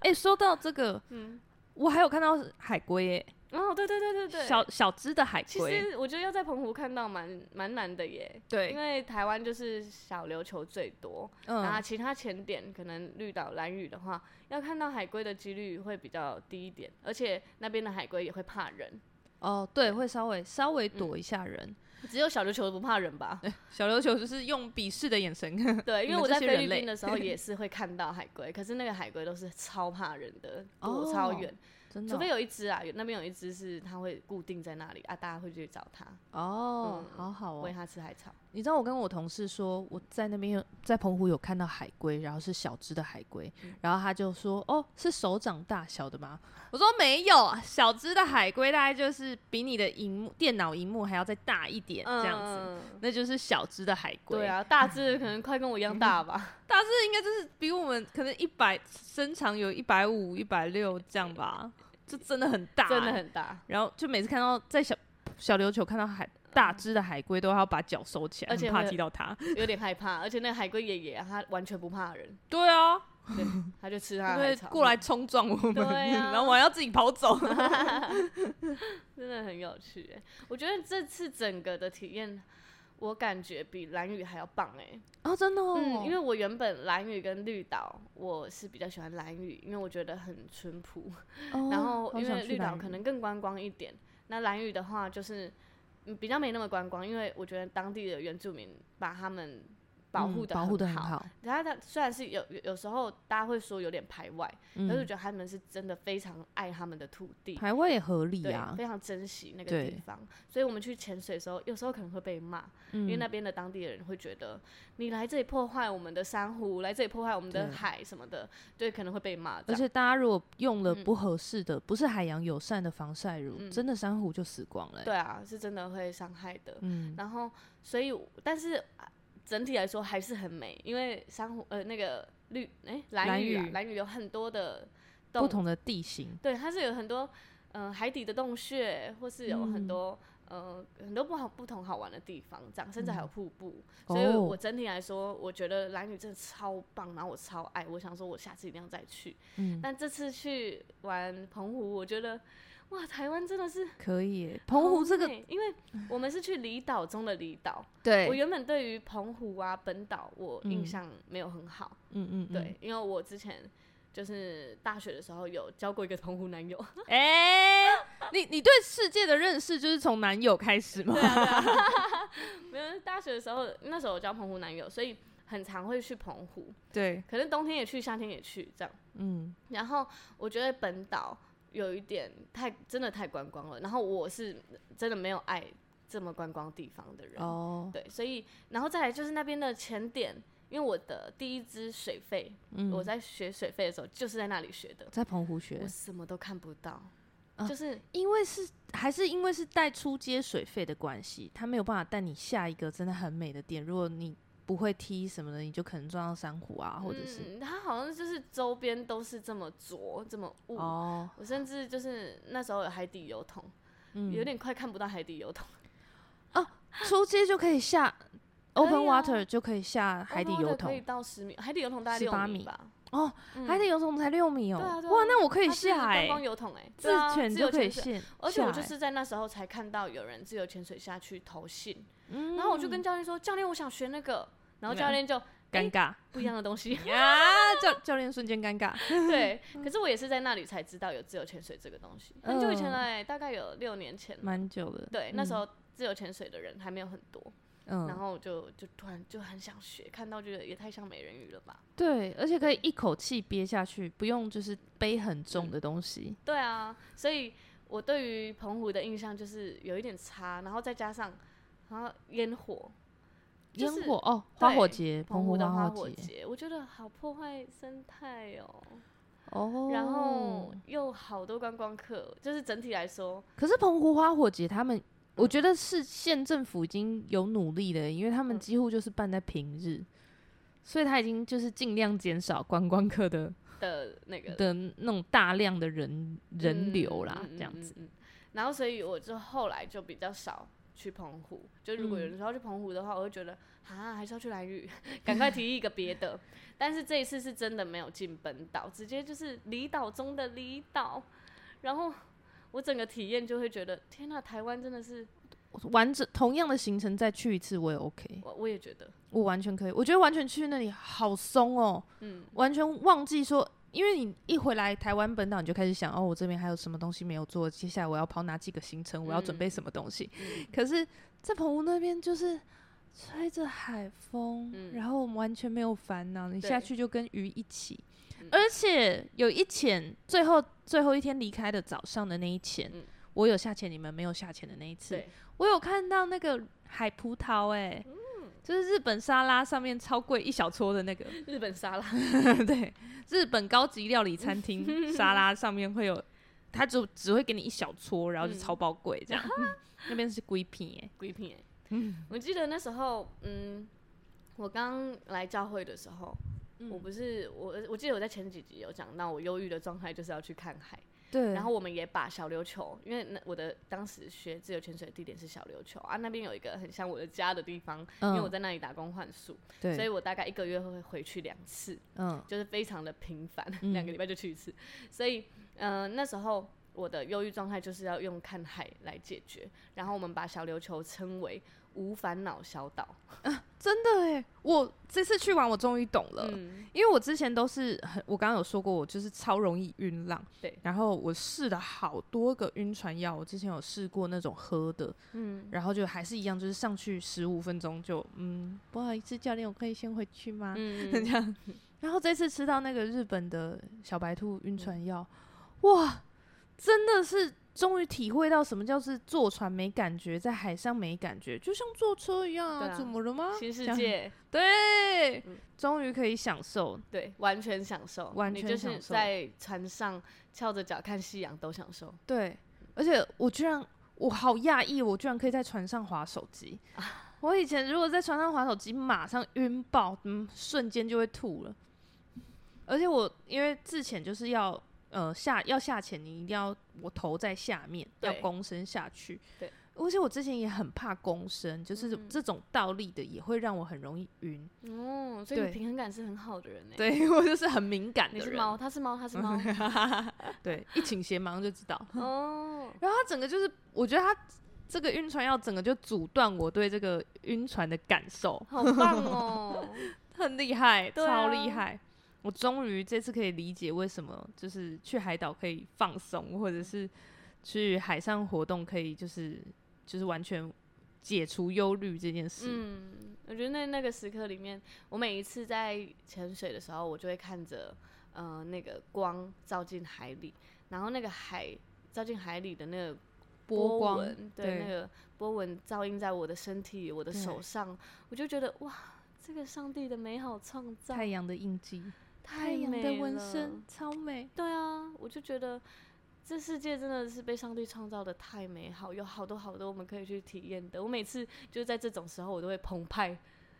F: 哎、说到这个，
A: 嗯
F: 我还有看到海龟，哎，
A: 哦，对对对对对，
F: 小小只的海
A: 其
F: 龟，
A: 实我觉得要在澎湖看到蛮蛮难的耶，因
F: 对，
A: 为台湾就是小琉球最多，啊、
F: 嗯，
A: 其他潜点可能绿岛、蓝屿的话，要看到海龟的几率会比较低一点，而且那边的海龟也会怕人，
F: 哦，对，会稍微稍微
A: 嗯
F: 躲一下人。
A: 只有小琉球不怕人吧？
F: 小琉球就是用鄙视的眼神，
A: 对，
F: 你
A: 因为
F: 们
A: 我
F: 这
A: 在
F: 些
A: 菲
F: 人
A: 律
F: 类
A: 宾的时候也是会看到海龟，可是那个海龟都是超怕人的，躲
F: 哦
A: 超远，
F: 真的
A: 除
F: 哦
A: 非有一只啊，有那边有一只是它会固定在那里啊，大家会去找它，
F: 哦，
A: 嗯
F: 好好哦
A: 喂，它吃海草。
F: 你知道我跟我同事说，我在那边有在澎湖有看到海龟，然后是小只的海龟，
A: 嗯
F: 然后他就说：“哦，是手掌大小的吗？”我说：“没有，小只的海龟大概就是比你的荧幕、电脑荧幕还要再大一点这样子，
A: 嗯
F: 那就是小只的海龟。
A: 对，啊，大致可能快跟我一样大吧。
F: 大只应该就是比我们可能一百身长有一百五、一百六这样吧，就真的很 大、欸
A: 真的。很大，
F: 然后就每次看到在小小琉球看到海大只的海龟，都要把脚收起来，
A: 而且
F: 很怕
A: 会
F: 踢到它。
A: 有点害怕。而且那个海龟爷爷啊他完全不怕人，
F: 对啊。”
A: 对，他就吃
F: 他
A: 他的海
F: 会
A: 草，
F: 过来冲撞我们，
A: 对啊
F: 然后我还要自己跑走。
A: 真的很有趣哎、我觉得这次整个的体验，我感觉比蓝屿还要棒哎、
F: 哦，真的哦
A: 嗯，因为我原本蓝屿跟绿岛，我是比较喜欢蓝屿，因为我觉得很淳朴，
F: 哦
A: 然后因为绿岛可能更观光一点，那蓝屿的话就是嗯比较没那么观光，因为我觉得当地的原住民把他们保
F: 嗯
A: 护的
F: 保护的
A: 很好。
F: 好，
A: 然后他虽然是有有有时候大家会说有点排外，但是我
F: 嗯，
A: 觉得他们是真的非常爱他们的土地，
F: 排位也合理
A: 对，
F: 啊
A: 非，常珍惜那个
F: 对
A: 地方。所以我们去潜水的时候，有时候可能会被骂，因为
F: 嗯
A: 那边的当地人会觉得你来这里破坏我们的珊瑚，来这里破坏我们的
F: 对
A: 海什么的，对，可能会被骂这
F: 而
A: 样。
F: 且大家如果用了
A: 嗯
F: 不合适的、不是海洋友善的防晒乳，
A: 嗯
F: 真的珊瑚就死光了、欸。
A: 对，啊，是真的会伤害的。
F: 嗯，
A: 然后，所以，但是啊整体来说还是很美，因为珊瑚呃那个绿哎蓝
F: 蓝
A: 屿啊
F: 屿，
A: 蓝屿有很多的
F: 不
A: 动
F: 同的地形，
A: 对，它是有很多嗯、呃海底的洞穴，或是有很
F: 嗯
A: 多、嗯、呃很多不好不同好玩的地方，这样甚至还有
F: 嗯
A: 瀑布。所以
F: 哦
A: 我整体来说，我觉得蓝屿真的超棒，然后我超爱，我想说我下次一定要再去。
F: 嗯，
A: 但这次去玩澎湖，我觉得哇，台湾真的是
F: 可以欸、澎湖
A: 好
F: 这个
A: 美，因为我们是去离岛中的离岛。我
F: 对，
A: 原本对于澎湖啊本岛，我印
F: 嗯
A: 象没有很好，
F: 嗯嗯，嗯
A: 对，， 因为我之前。就是大学的时候有交过一个 澎湖男友，
F: 哎、你你对世界的认识就是从男友开始吗？
A: 啊没有，大学的时候那时候我交澎湖男友，所以很常会去澎湖，
F: 对，
A: 可能冬天也去，夏天也去这样。
F: 嗯，
A: 然后我觉得本岛有一点太真的太观光了，然后我是真的没有爱这么观光地方的人，
F: 哦，
A: 对，所以然后再来就是那边的潜点，因为我的第一支水费，
F: 嗯，
A: 我在学水费的时候就是在那里学的，
F: 在澎湖学
A: 我，什么都看不到，
F: 啊
A: 就是
F: 因为是还是因为是带出街水费的关系，他没有办法带你下一个真的很美的店。如果你不会踢什么的，你就可能撞到珊瑚啊，或者是、
A: 嗯，它好像就是周边都是这么浊，这么雾。
F: 哦，
A: 嗯我甚至就是那时候有海底油桶，
F: 嗯，
A: 有点快看不到海底油桶。
F: 出街就可以下
A: 可以啊
F: open water 就可以下海底油
A: 哦可以
F: 桶
A: 到十米，海底油桶大概六
F: 18米
A: 吧。
F: 哦，
A: 嗯
F: 海底油桶才六米哦，
A: 对啊对啊
F: 哇，那我可以
A: 它是
F: 下
A: 观
F: 哎、
A: 光油桶哎，
F: 自
A: 对啊
F: 犬就可以，
A: 自由潜水
F: 下，
A: 而且我就
F: 下欸
A: 是在那时候才看到有人自由潜水下去投信，
F: 嗯
A: 然后我就跟教哎练说：“教练，我想学那个。”然后教练就
F: 尴尬
A: 不一样的东 西，
F: 啊， 教教练瞬间尴尬，
A: 对。可是我也是在那里才知道有自由潜水这个东西，很久以前
F: 嗯嗯
A: 了欸，大概有六年前了。
F: 蛮久的，
A: 对，那
F: 嗯
A: 时候自由潜水的人还没有很多，
F: 嗯，
A: 然后就就突然就很想学，看到觉得也太像美人鱼了吧？
F: 对，而且可以一口气憋下去，不用就是背很重的东西。
A: 对啊，所以我对于澎湖的印象就是有一点差，然后再加上然后烟火，就
F: 烟
A: 是
F: 火哦，花火
A: 对
F: 节，
A: 澎
F: 澎湖
A: 的
F: 花
A: 花
F: 火节
A: 节，我觉得好破坏生态哦。
F: 哦。
A: 然后，又好多观光客，就是整体来说，
F: 可是澎湖花火节他们，我觉得是县政府已经有努力了，因为他们
A: 嗯
F: 几乎就是办在平日，所以他已经就是尽量减少观光 客的
A: 的那个
F: 的那种大量的人人流
A: 嗯
F: 啦
A: 嗯，嗯
F: 这样
A: 嗯
F: 子。
A: 嗯然后，所以我就后来就比较少去澎湖。就如果有
F: 嗯
A: 人说要去澎湖的话，我会觉得啊，还是要去蓝屿，赶快提一个别的。 但是这一次是真的没有进本岛，直接就是离岛中的离岛。然后我整个体验就会觉得，天呐，台湾真的是嗯
F: 完整同样的行程再去一次我也 OK，
A: 我我也觉得，
F: 我完全可以。我觉得完全去那里好松哦，
A: 嗯，
F: 完全忘记说，因为你一回来台湾本岛，你就开始想，哦，我这边还有什么东西没有做，接下来我要跑哪几个行程，我要准备什么东西。
A: 嗯
F: 可是，在澎湖那边就是吹着海风，
A: 嗯
F: 然后我们完全没有烦恼，你
A: 对
F: 下去就跟鱼一起
A: 嗯。
F: 而且有一潜，最后最后一天离开的早上的那一潜，
A: 嗯
F: 我有下潜，你们没有下潜的那一次
A: 对，，嗯
F: 我有看到那个海葡萄、哎、就是日本沙拉上面超贵一小撮的那个，
A: 日本沙拉，
F: 对，日本高级料理餐 厅沙拉上面会有，它只只会给你一小撮，然后就
A: 嗯
F: 超爆贵 这样。那边是龟皮哎，
A: 鬼片、欸。我记得那时候，嗯，我刚来教会的时候，
F: 嗯
A: 我不是我，我记得我在前几集有讲到，我忧郁的状态就是要去看海。
F: 对
A: 然后我们也把小琉球，因为那我的当时学自由潜水的地点是小琉球啊，那边有一个很像我的家的地方，因为我在那里打工换宿，
F: 嗯对，
A: 所以我大概一个月会回去两次，
F: 嗯
A: 就是非常的频繁，
F: 嗯
A: 两个礼拜就去一次。所以，嗯、那时候我的忧郁状态就是要用看海来解决。然后我们把小琉球称为无烦恼小岛，
F: 真的哎，我这次去玩我终于懂了，
A: 嗯，
F: 因为我之前都是很，我刚刚有说过，我就是超容易晕浪。
A: 对
F: 然后我试了好多个晕船药，我之前有试过那种喝的，嗯，然后就还是一样，就是上去十五分钟就，嗯，不好意思，教练，我可以先回去吗？
A: 嗯
F: 这样。然后这次吃到那个日本的小白兔晕船药，哇，真的是终于体会到什么叫是坐船没感觉，在海上没感觉，就像坐车一样
A: 对
F: 啊，
A: 啊
F: 怎么了吗？
A: 新世
F: 这样
A: 界，
F: 对
A: 嗯，
F: 终于可以享受。
A: 对，完全享受，
F: 完
A: 你
F: 全
A: 就
F: 享
A: 是
F: 受
A: 在船上翘着脚看夕阳都享受，
F: 对，而且我居然，我好讶异，我居然可以在船上划手机。
A: 啊
F: 我以前如果在船上划手机，马上晕爆，嗯，瞬间就会吐了。而且我因为之前就是要呃下要下潜，你一定要我头在下面，要
A: 对
F: 躬身下去。
A: 对。嗯
F: 而且我之前也很怕躬身，就是这种倒立的也会让我很容易晕。
A: 哦，所以你
F: 对
A: 平衡感是很好的人呢。，
F: 对 我就是很敏感的
A: 你
F: 人。
A: 是猫，它是猫，它是 猫，
F: 对，一倾斜马上就知道。
A: 哦，
F: 然后他整个就是，我觉得他这个晕船药整个就阻断我对这个晕船的感受，
A: 好棒哦，
F: 很厉害，
A: 对啊
F: 超厉害。我终于这次可以理解为什么就是去海岛可以放松，或者是去海上活动可以就是就是完全解除忧虑这件事。
A: 嗯，我觉得那那个时刻里面，我每一次在潜水的时候，我就会看着呃那个光照进海里，然后那个海照进海里的那个
F: 波光
A: 纹，对
F: 对
A: 那个波纹照映在我的身体、我的
F: 对
A: 手上，我就觉得哇，这个上帝的美好创造，
F: 太阳的印记，
A: 太美了，
F: 超美。
A: 对啊，我就觉得。这世界真的是被上帝创造的太美好，有好多好多我们可以去体验的。我每次就是在这种时候，我都会澎湃，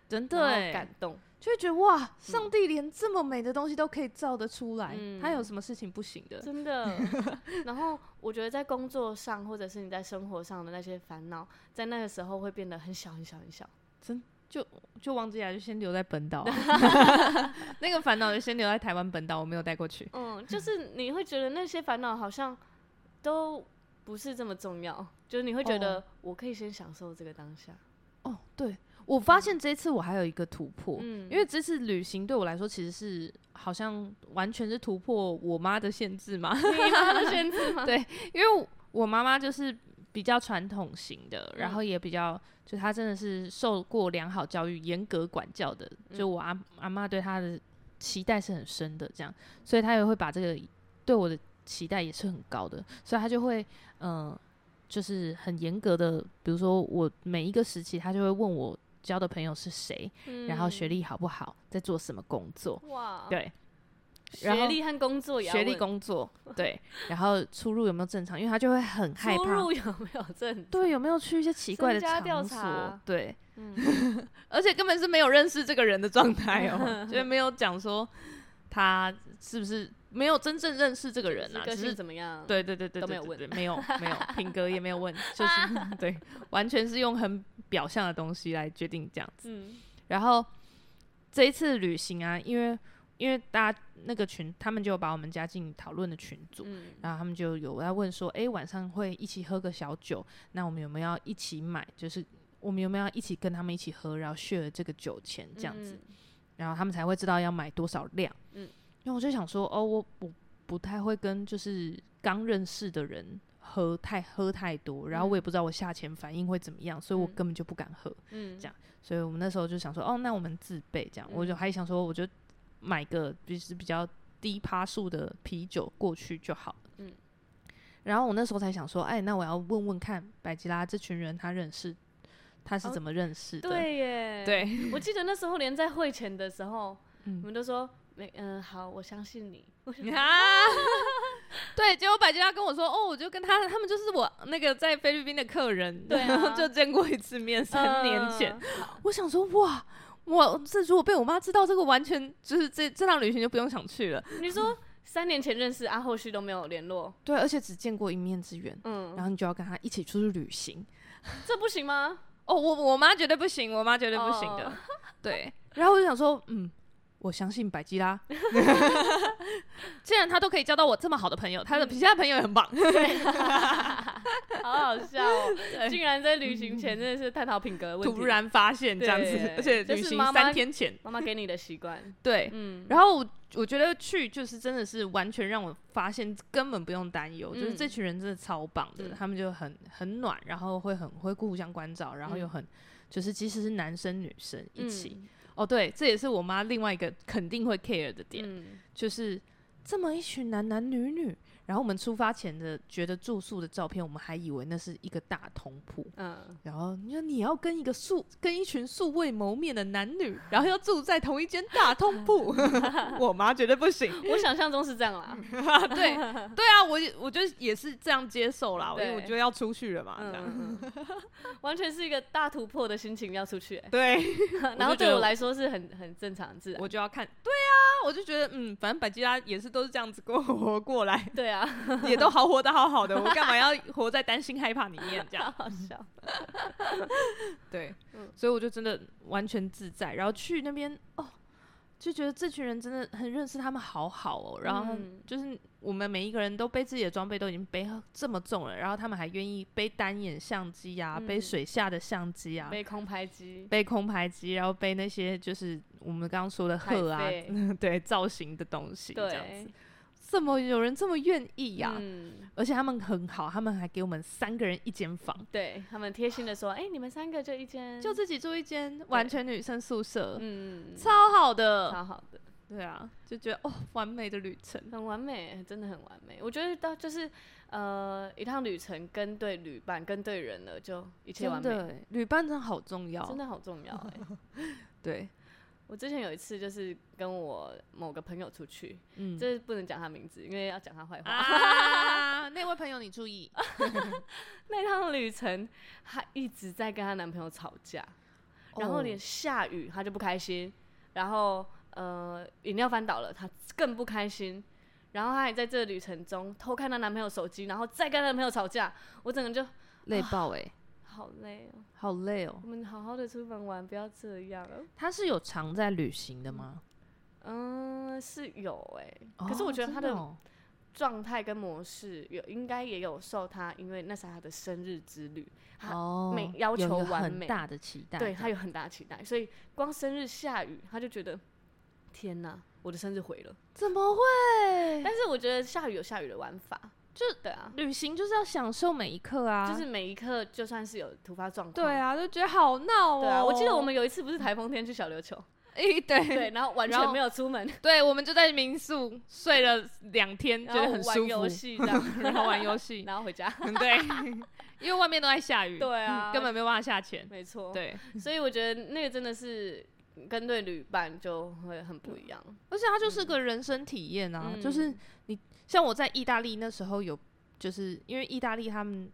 F: 真的
A: 对，
F: 欸
A: 感动。
F: 就会觉得哇，上帝连这么美的东西都可以造得出来，
A: 嗯
F: 他有什么事情不行的？
A: 真 的。然后我觉得在工作上，或者是你在生活上的那些烦恼，在那个时候会变得很小很小很小。
F: 就忘记了，就先留在本岛啊、 那个烦恼就先留在台湾本岛，我没有带过去。
A: 嗯，就是你会觉得那些烦恼好像都不是这么重要，就是你会觉得我可以先享受这个当下。
F: 哦，对，我发现这次我还有一个突破，
A: 嗯，
F: 因为这次旅行对我来说其实是好像完全是突破我妈的限制嘛，
A: 你妈的限制吗？
F: 对因为我妈妈就是比较传统型的，然
A: 嗯
F: 后也比较就她真的是受过良好教育、严格管教的，
A: 嗯
F: 就我阿阿妈对她的期待是很深的，这样，所以她也会把这个对我的期待也是很高的，所以她就会嗯、呃就是很严格的，比如说我每一个时期，她就会问我交的朋友是谁，
A: 嗯
F: 然后学历好不好，在做什么工作，
A: 哇，，
F: 对，然后
A: 学历和工作也要
F: 学历
A: 问
F: 工作，对，然后出入有没有正常，因为她就会很害
A: 出
F: 怕。
A: 入有没有证？
F: 对，有没有去一些奇怪的
A: 身家调
F: 场所
A: 查？
F: 对，
A: 嗯，
F: 而且根本是没有认识这个人的状 态哦，所以没有讲说他是不是没有真正认识这个人啊，
A: 个
F: 只
A: 性
F: 是
A: 怎么样？，
F: 对对对对
A: 都没
F: 对
A: 有
F: 对
A: 问
F: 对没有没有品格也没有问，就是 对，完全是用很表象的东西来决定这样子。
A: 嗯，
F: 然后这一次旅行啊，因为因为大家那个群，他们就把我们加进讨论的群组，
A: 嗯
F: 然后他们就有在问说，诶，晚上会一起喝个小酒，那我们有没有要一起买？就是我们有没有要一起跟他们一起喝，然后 share 这个酒钱这样子，，然后他们才会知道要买多少量。
A: 嗯，
F: 因为我就想说，哦，我我不太会跟就是刚认识的人喝太喝太多，然后我也不知道我下潜反应会怎么样，所以我
A: 嗯
F: 根本就不敢喝。
A: 嗯，
F: 这样所以我们那时候就想说，哦，那我们自备这样，我就还想说，我就买个就是比较低趴数的啤酒过去就好了。
A: 嗯，
F: 然后我那时候才想说，哎，那我要问问看百吉拉这群人他认识，他是
A: 哦
F: 怎么认识的？
A: 对耶，
F: 对，
A: 我记得那时候连在会前的时候，
F: 嗯
A: 我们都说没，嗯、好，我相信你。
F: 啊，对，结果百吉拉跟我说，哦，我就跟他他们就是我那个在菲律宾的客人，
A: 对啊
F: 然后就见过一次面，三年 前，
A: 嗯，
F: 我想说，哇。我这如果被我妈知道，这个完全就是这这趟旅行就不用想去了。
A: 嗯你说三年前认识啊，后续都没有联络，
F: 对，而且只见过一面之缘，
A: 嗯，
F: 然后你就要跟他一起出去旅行。
A: 这不行吗？
F: 哦，我我妈绝对不行，我妈绝对不行的。
A: 哦
F: 对， 然后我就想说，嗯，我相信百基 拉，嗯 既然他都可以交到我这么好的朋友，他的其他朋友也很棒。
A: 好好笑 哦！竟然在旅行前真的是探讨品格的问题。
F: 突，然发现这样子
A: 对，
F: 而且
A: 就
F: 旅
A: 是
F: 行
A: 妈妈
F: 三天前，
A: 妈妈给你的习惯，
F: 对，
A: 嗯，
F: 然后我我觉得去就是真的是完全让我发现根本不用担忧，就是这
A: 嗯
F: 群人真的超棒的，
A: 嗯
F: 他们就很很暖，然后会很会互相关照，然后又
A: 嗯
F: 很、就是即使是男生女生 一起，
A: 嗯
F: 哦对，这也是我妈另外一个肯定会 care 的点，
A: 嗯
F: 就是这么一群男男女女。然后我们出发前的觉得住宿的照片，我们还以为那是一个大通铺，
A: 嗯，
F: 然后你说你要跟一个素跟一群素未谋面的男女，然后要住在同一间大通铺， 我妈觉得 不行。
A: 嗯我想象中是这样啦，
F: 对 对啊，我也我就也是这样接受啦，因为我
A: 对
F: 觉得要出去了嘛，这样
A: 嗯，嗯嗯完全是一个大突破的心情要出 去、欸
F: 对，
A: 然后对
F: 觉得
A: 我
F: 我
A: 来说是很很正常自然。
F: 我就要看。对啊，我就觉得嗯，反正百吉拉也是都是这样子过活过来，
A: 对啊，
F: 也都好活得好好的，我干嘛要活在担心害怕里面这样？
A: 好笑。
F: 对，
A: 嗯
F: 所以我就真的完全自在，然后去那边哦，就觉得这群人真的很认识他们，好好哦。然后
A: 嗯
F: 就是我们每一个人都背自己的装备都已经背这么重了，然后他们还愿意背单眼相机啊，背
A: 嗯
F: 水下的相机啊，
A: 被空拍机，
F: 背空拍机，然后背那些就是我们刚刚说的鹤啊
A: 海，飞
F: 对造型的东西，这样
A: 对
F: 子。，这么有人这么愿意呀、
A: 嗯，
F: 而且他们很好，他们还给我们三个人一间房。
A: 对他们贴心的说，哎、你们三个就一间，
F: 就自己住一间完全女生宿舍，
A: 嗯，
F: 超好的，
A: 超好的，
F: 对啊，就觉得哦，完美的旅程，
A: 很完美，真的很完美。我觉得到就是呃，一趟旅程跟对旅伴、跟对人了，就一切
F: 真
A: 完美，
F: 的欸，旅伴真的好重要，
A: 真的好重要哎、
F: 对，
A: 我之前有一次就是跟我某个朋友出去，
F: 嗯，
A: 这不能讲他名字，因为要讲他坏话。
F: 啊，那位朋友你注意，
A: 哦那趟旅程，她一直在跟她男朋友吵架，然
F: 哦
A: 后连下雨她就不开心，然后呃饮料翻倒了，她更不开心。然后她还在这个旅程中偷看她男朋友手机，然后再跟她男朋友吵架，我整个就
F: 累爆哎，
A: 啊好累哦。
F: 好累哦
A: 我。们好好的出门玩，不要这样。哦
F: 他是有常在旅行的吗？
A: 嗯，是有哎、
F: 哦
A: 可是我觉得她
F: 真
A: 的
F: 哦
A: 状态跟模式有应该也有受她，因为那是她的生日之旅，她
F: 哦，
A: 每要求
F: 有一个
A: 完
F: 很
A: 美
F: 大的期待，
A: 对
F: 这
A: 他
F: 样
A: 有很大的期待，所以光生日下雨，他就觉得天哪，我的生日毁了。
F: 怎么会？
A: 但是我觉得下雨有下雨的玩法，就对啊，
F: 旅行就是要享受每一刻啊，
A: 就是每一刻就算是有突发状况，
F: 对，啊，就觉得好闹哦。
A: 对啊。我记得我们有一次不是台风天去小琉球，
F: 诶对
A: 对，然后完
F: 然
A: 全
F: 后
A: 没有出门，
F: 对，我们就在民宿睡了两天，觉
A: 然
F: 得
A: 后
F: 很
A: 玩
F: 舒
A: 游
F: 服，
A: 戏这样，
F: 然后玩游戏，
A: 然后回 家。
F: 对，因为外面都在下雨，
A: 对啊，
F: 根本没有办法下潜。
A: 没错。，
F: 对，
A: 所以我觉得那个真的是跟对旅伴就会很不一样。
F: 而且它就是个人生体验啊，就是
A: 嗯
F: 你像我在意大利那时候有，就是因为意大利他们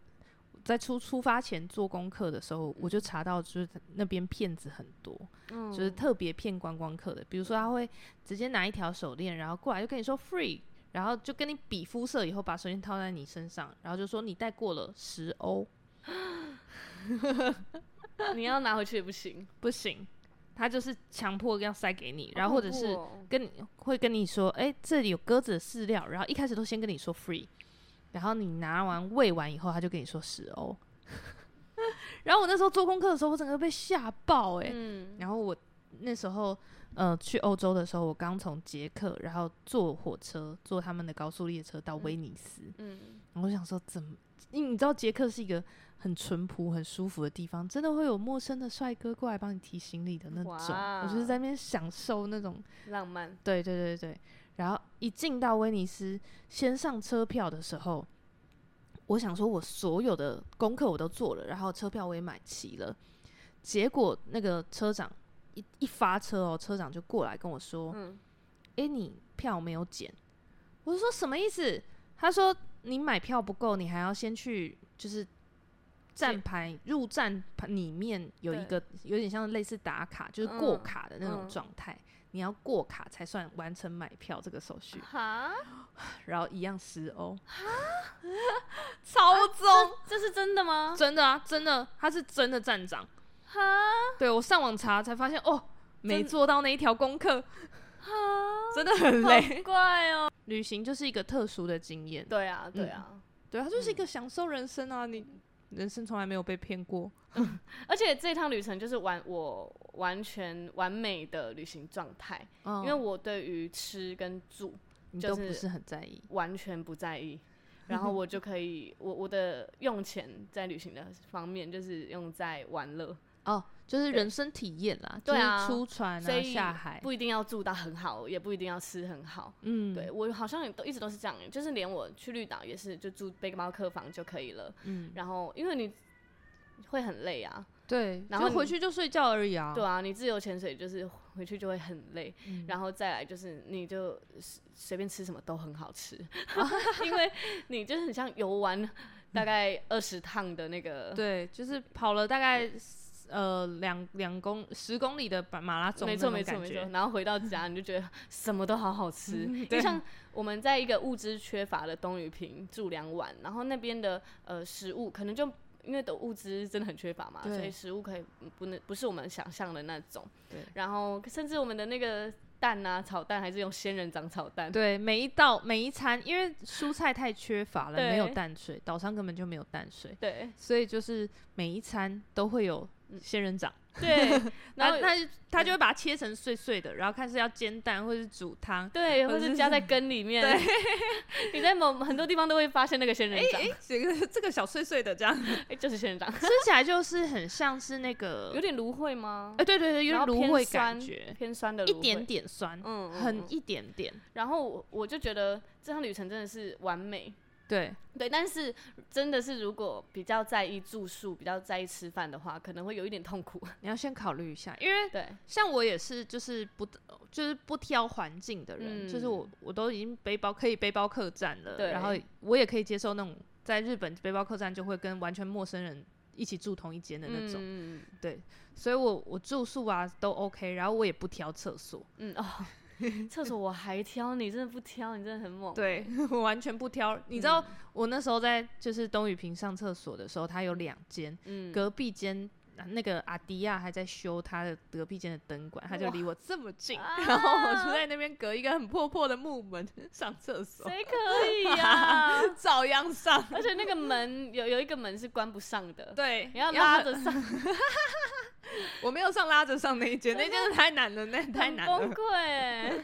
F: 在出出发前做功课的时候，我就查到就是那边骗子很多，
A: 嗯
F: 就是特别骗观光客的，比如说他会直接拿一条手链，然后过来就跟你说 free，然后就跟你比肤色，以后把手链套在你身上，然后就说你戴过了十欧
A: 你要拿回去也不行，
F: 不行，他就是强迫要塞给 你，然后或者是
A: 好恐怖哦
F: 跟你会跟你说，哎、这里有鸽子的饲料，然后一开始都先跟你说 free，然后你拿完喂完以后，他就跟你说十欧。 然后我那时候做功课的时候，我整个被吓爆哎、
A: 嗯，
F: 然后我那时候呃去欧洲的时候，我刚从捷克，然后坐火车坐他们的高速列车到威尼斯，
A: 嗯，
F: 然后我想说怎么，因为你知道捷克是一个很淳朴、很舒服的地方，真的会有陌生的帅哥过来帮你提行李的那种，我就是
A: 哇
F: 在那边享受那种，
A: 浪漫，
F: 对对对对。然后一进到威尼斯，先上车票的时候。我想说，我所有的功课我都做了，然后车票我也买齐了，结果那个车长一一发车哦，车长就过来跟我说：“
A: 嗯
F: 诶，你票没有减。”我就说什么意思？他说：“你买票不够，你还要先去就是站牌入站牌里面有一
A: 对
F: 个有点像类似打卡，就是过
A: 嗯
F: 卡的那种
A: 嗯
F: 状态。你要过卡才算完成买票这个手续，
A: 哈，
F: 然后一样十欧，超重，
A: 啊这是真的吗？
F: 真的啊，真的，他是真的站长。
A: 啊哈
F: 对我上网查才发现，哦，没
A: 真啊
F: 做到那一条功课，
A: 哈，
F: 真的很累。
A: 怪哦。
F: 旅行就是一个特殊的经验，
A: 对啊，对啊，
F: 对，它就是一个享受人生啊，你人生从来没有被骗过。
A: 而且这趟旅程就是完我完全完美的旅行状态，
F: 嗯
A: 因为我对于吃跟住
F: 你
A: 就
F: 都不
A: 是
F: 是很在意，
A: 完全不在意，然后我就可以 我我的用钱在旅行的方面就是用在玩乐，
F: 哦，就是
A: 对
F: 人生体验啦，
A: 对
F: 就是
A: 啊
F: 出船
A: 所
F: 啊，
A: 以
F: 下海，
A: 不一定要住到很好，也不一定要吃很好。
F: 嗯，
A: 对，我好像也都一直都是这样，就是连我去绿岛也是，就住背包客房就可以了。
F: 嗯，
A: 然后因为你会很累啊，
F: 对，
A: 然后
F: 就回
A: 你
F: 去就睡觉而已啊，
A: 对啊，你自由潜水就是回去就会很累，然后再来就是你就随随便吃什么都很好吃， 因为你就是很像游玩大概二十趟的那个，
F: 对，就是跑了大概呃两两公十公里的马马拉松，
A: 没错没错没错。，然后回到家你就觉得什么都好好吃，就像我们在一个物资缺乏的东雨坪住两晚，然后那边的呃食物可能就。因为的物资真的很缺乏嘛，
F: 对
A: 所以食物可以不能不是我们想象的那种。
F: 对，
A: 然后甚至我们的那个蛋啊，炒蛋还是用仙人掌炒蛋。
F: 对，每一道每一餐，因为蔬菜太缺乏了，没有
A: 对
F: 淡水，岛上根本就没有淡水，
A: 对
F: 所以就是每一餐都会有仙人掌，
A: 对，然
F: 那
A: 后
F: 那就他就会把它切成碎碎的，然后看是要煎蛋或是煮汤。
A: 对，
F: 或
A: 或
F: 者
A: 是加在根里面。你在某很多地方都会发现那个仙人掌，
F: 哎，这个这个小碎碎的这样，吃
A: 哎就是仙人掌，
F: 起来就是很像是那个
A: 有，点芦荟吗
F: 哎，？对对对，有
A: 然后
F: 点芦
A: 偏
F: 荟
A: 酸
F: 感觉，
A: 偏酸的芦
F: 一
A: 荟，
F: 点点酸，
A: 嗯，嗯，嗯
F: 很一点点，
A: 然后我我就觉得这趟旅程真的是完美，
F: 对，
A: 对。但是真的是如果比较在意住宿，比较在意吃饭的话，可能会有一点痛苦。
F: 你要先考虑一下，因为
A: 对，
F: 像我也是，就是不就是不挑环境的人，就是
A: 嗯
F: 我我都已经背包可以背包客栈了，
A: 对
F: 然后我也可以接受那种在日本背包客栈就会跟完全陌生人一起住同一间的 那种，
A: 嗯
F: 所以我我住宿啊都 OK，然后我也不挑厕所，
A: 嗯哦，厕所我还挑，你真的不挑，你真的很猛。
F: 对 我完全不挑。你知
A: 嗯
F: 道我那时候在就是东雨坪上厕所的时候，它有两间，
A: 嗯，
F: 隔壁间。啊那个阿迪亚还在修他的隔壁间的灯管，他就离我这么近，
A: 啊
F: 然后我就在那边隔一个很破破的木门上厕所。
A: 谁可以呀、
F: 照样上。
A: 而且那个门有有一个门是关不上的，
F: 对，
A: 你要拉
F: 很，
A: 着上，
F: 我没有上拉着上那 一间，那间太难了，那太难
A: 崩
F: 了。
A: 溃欸。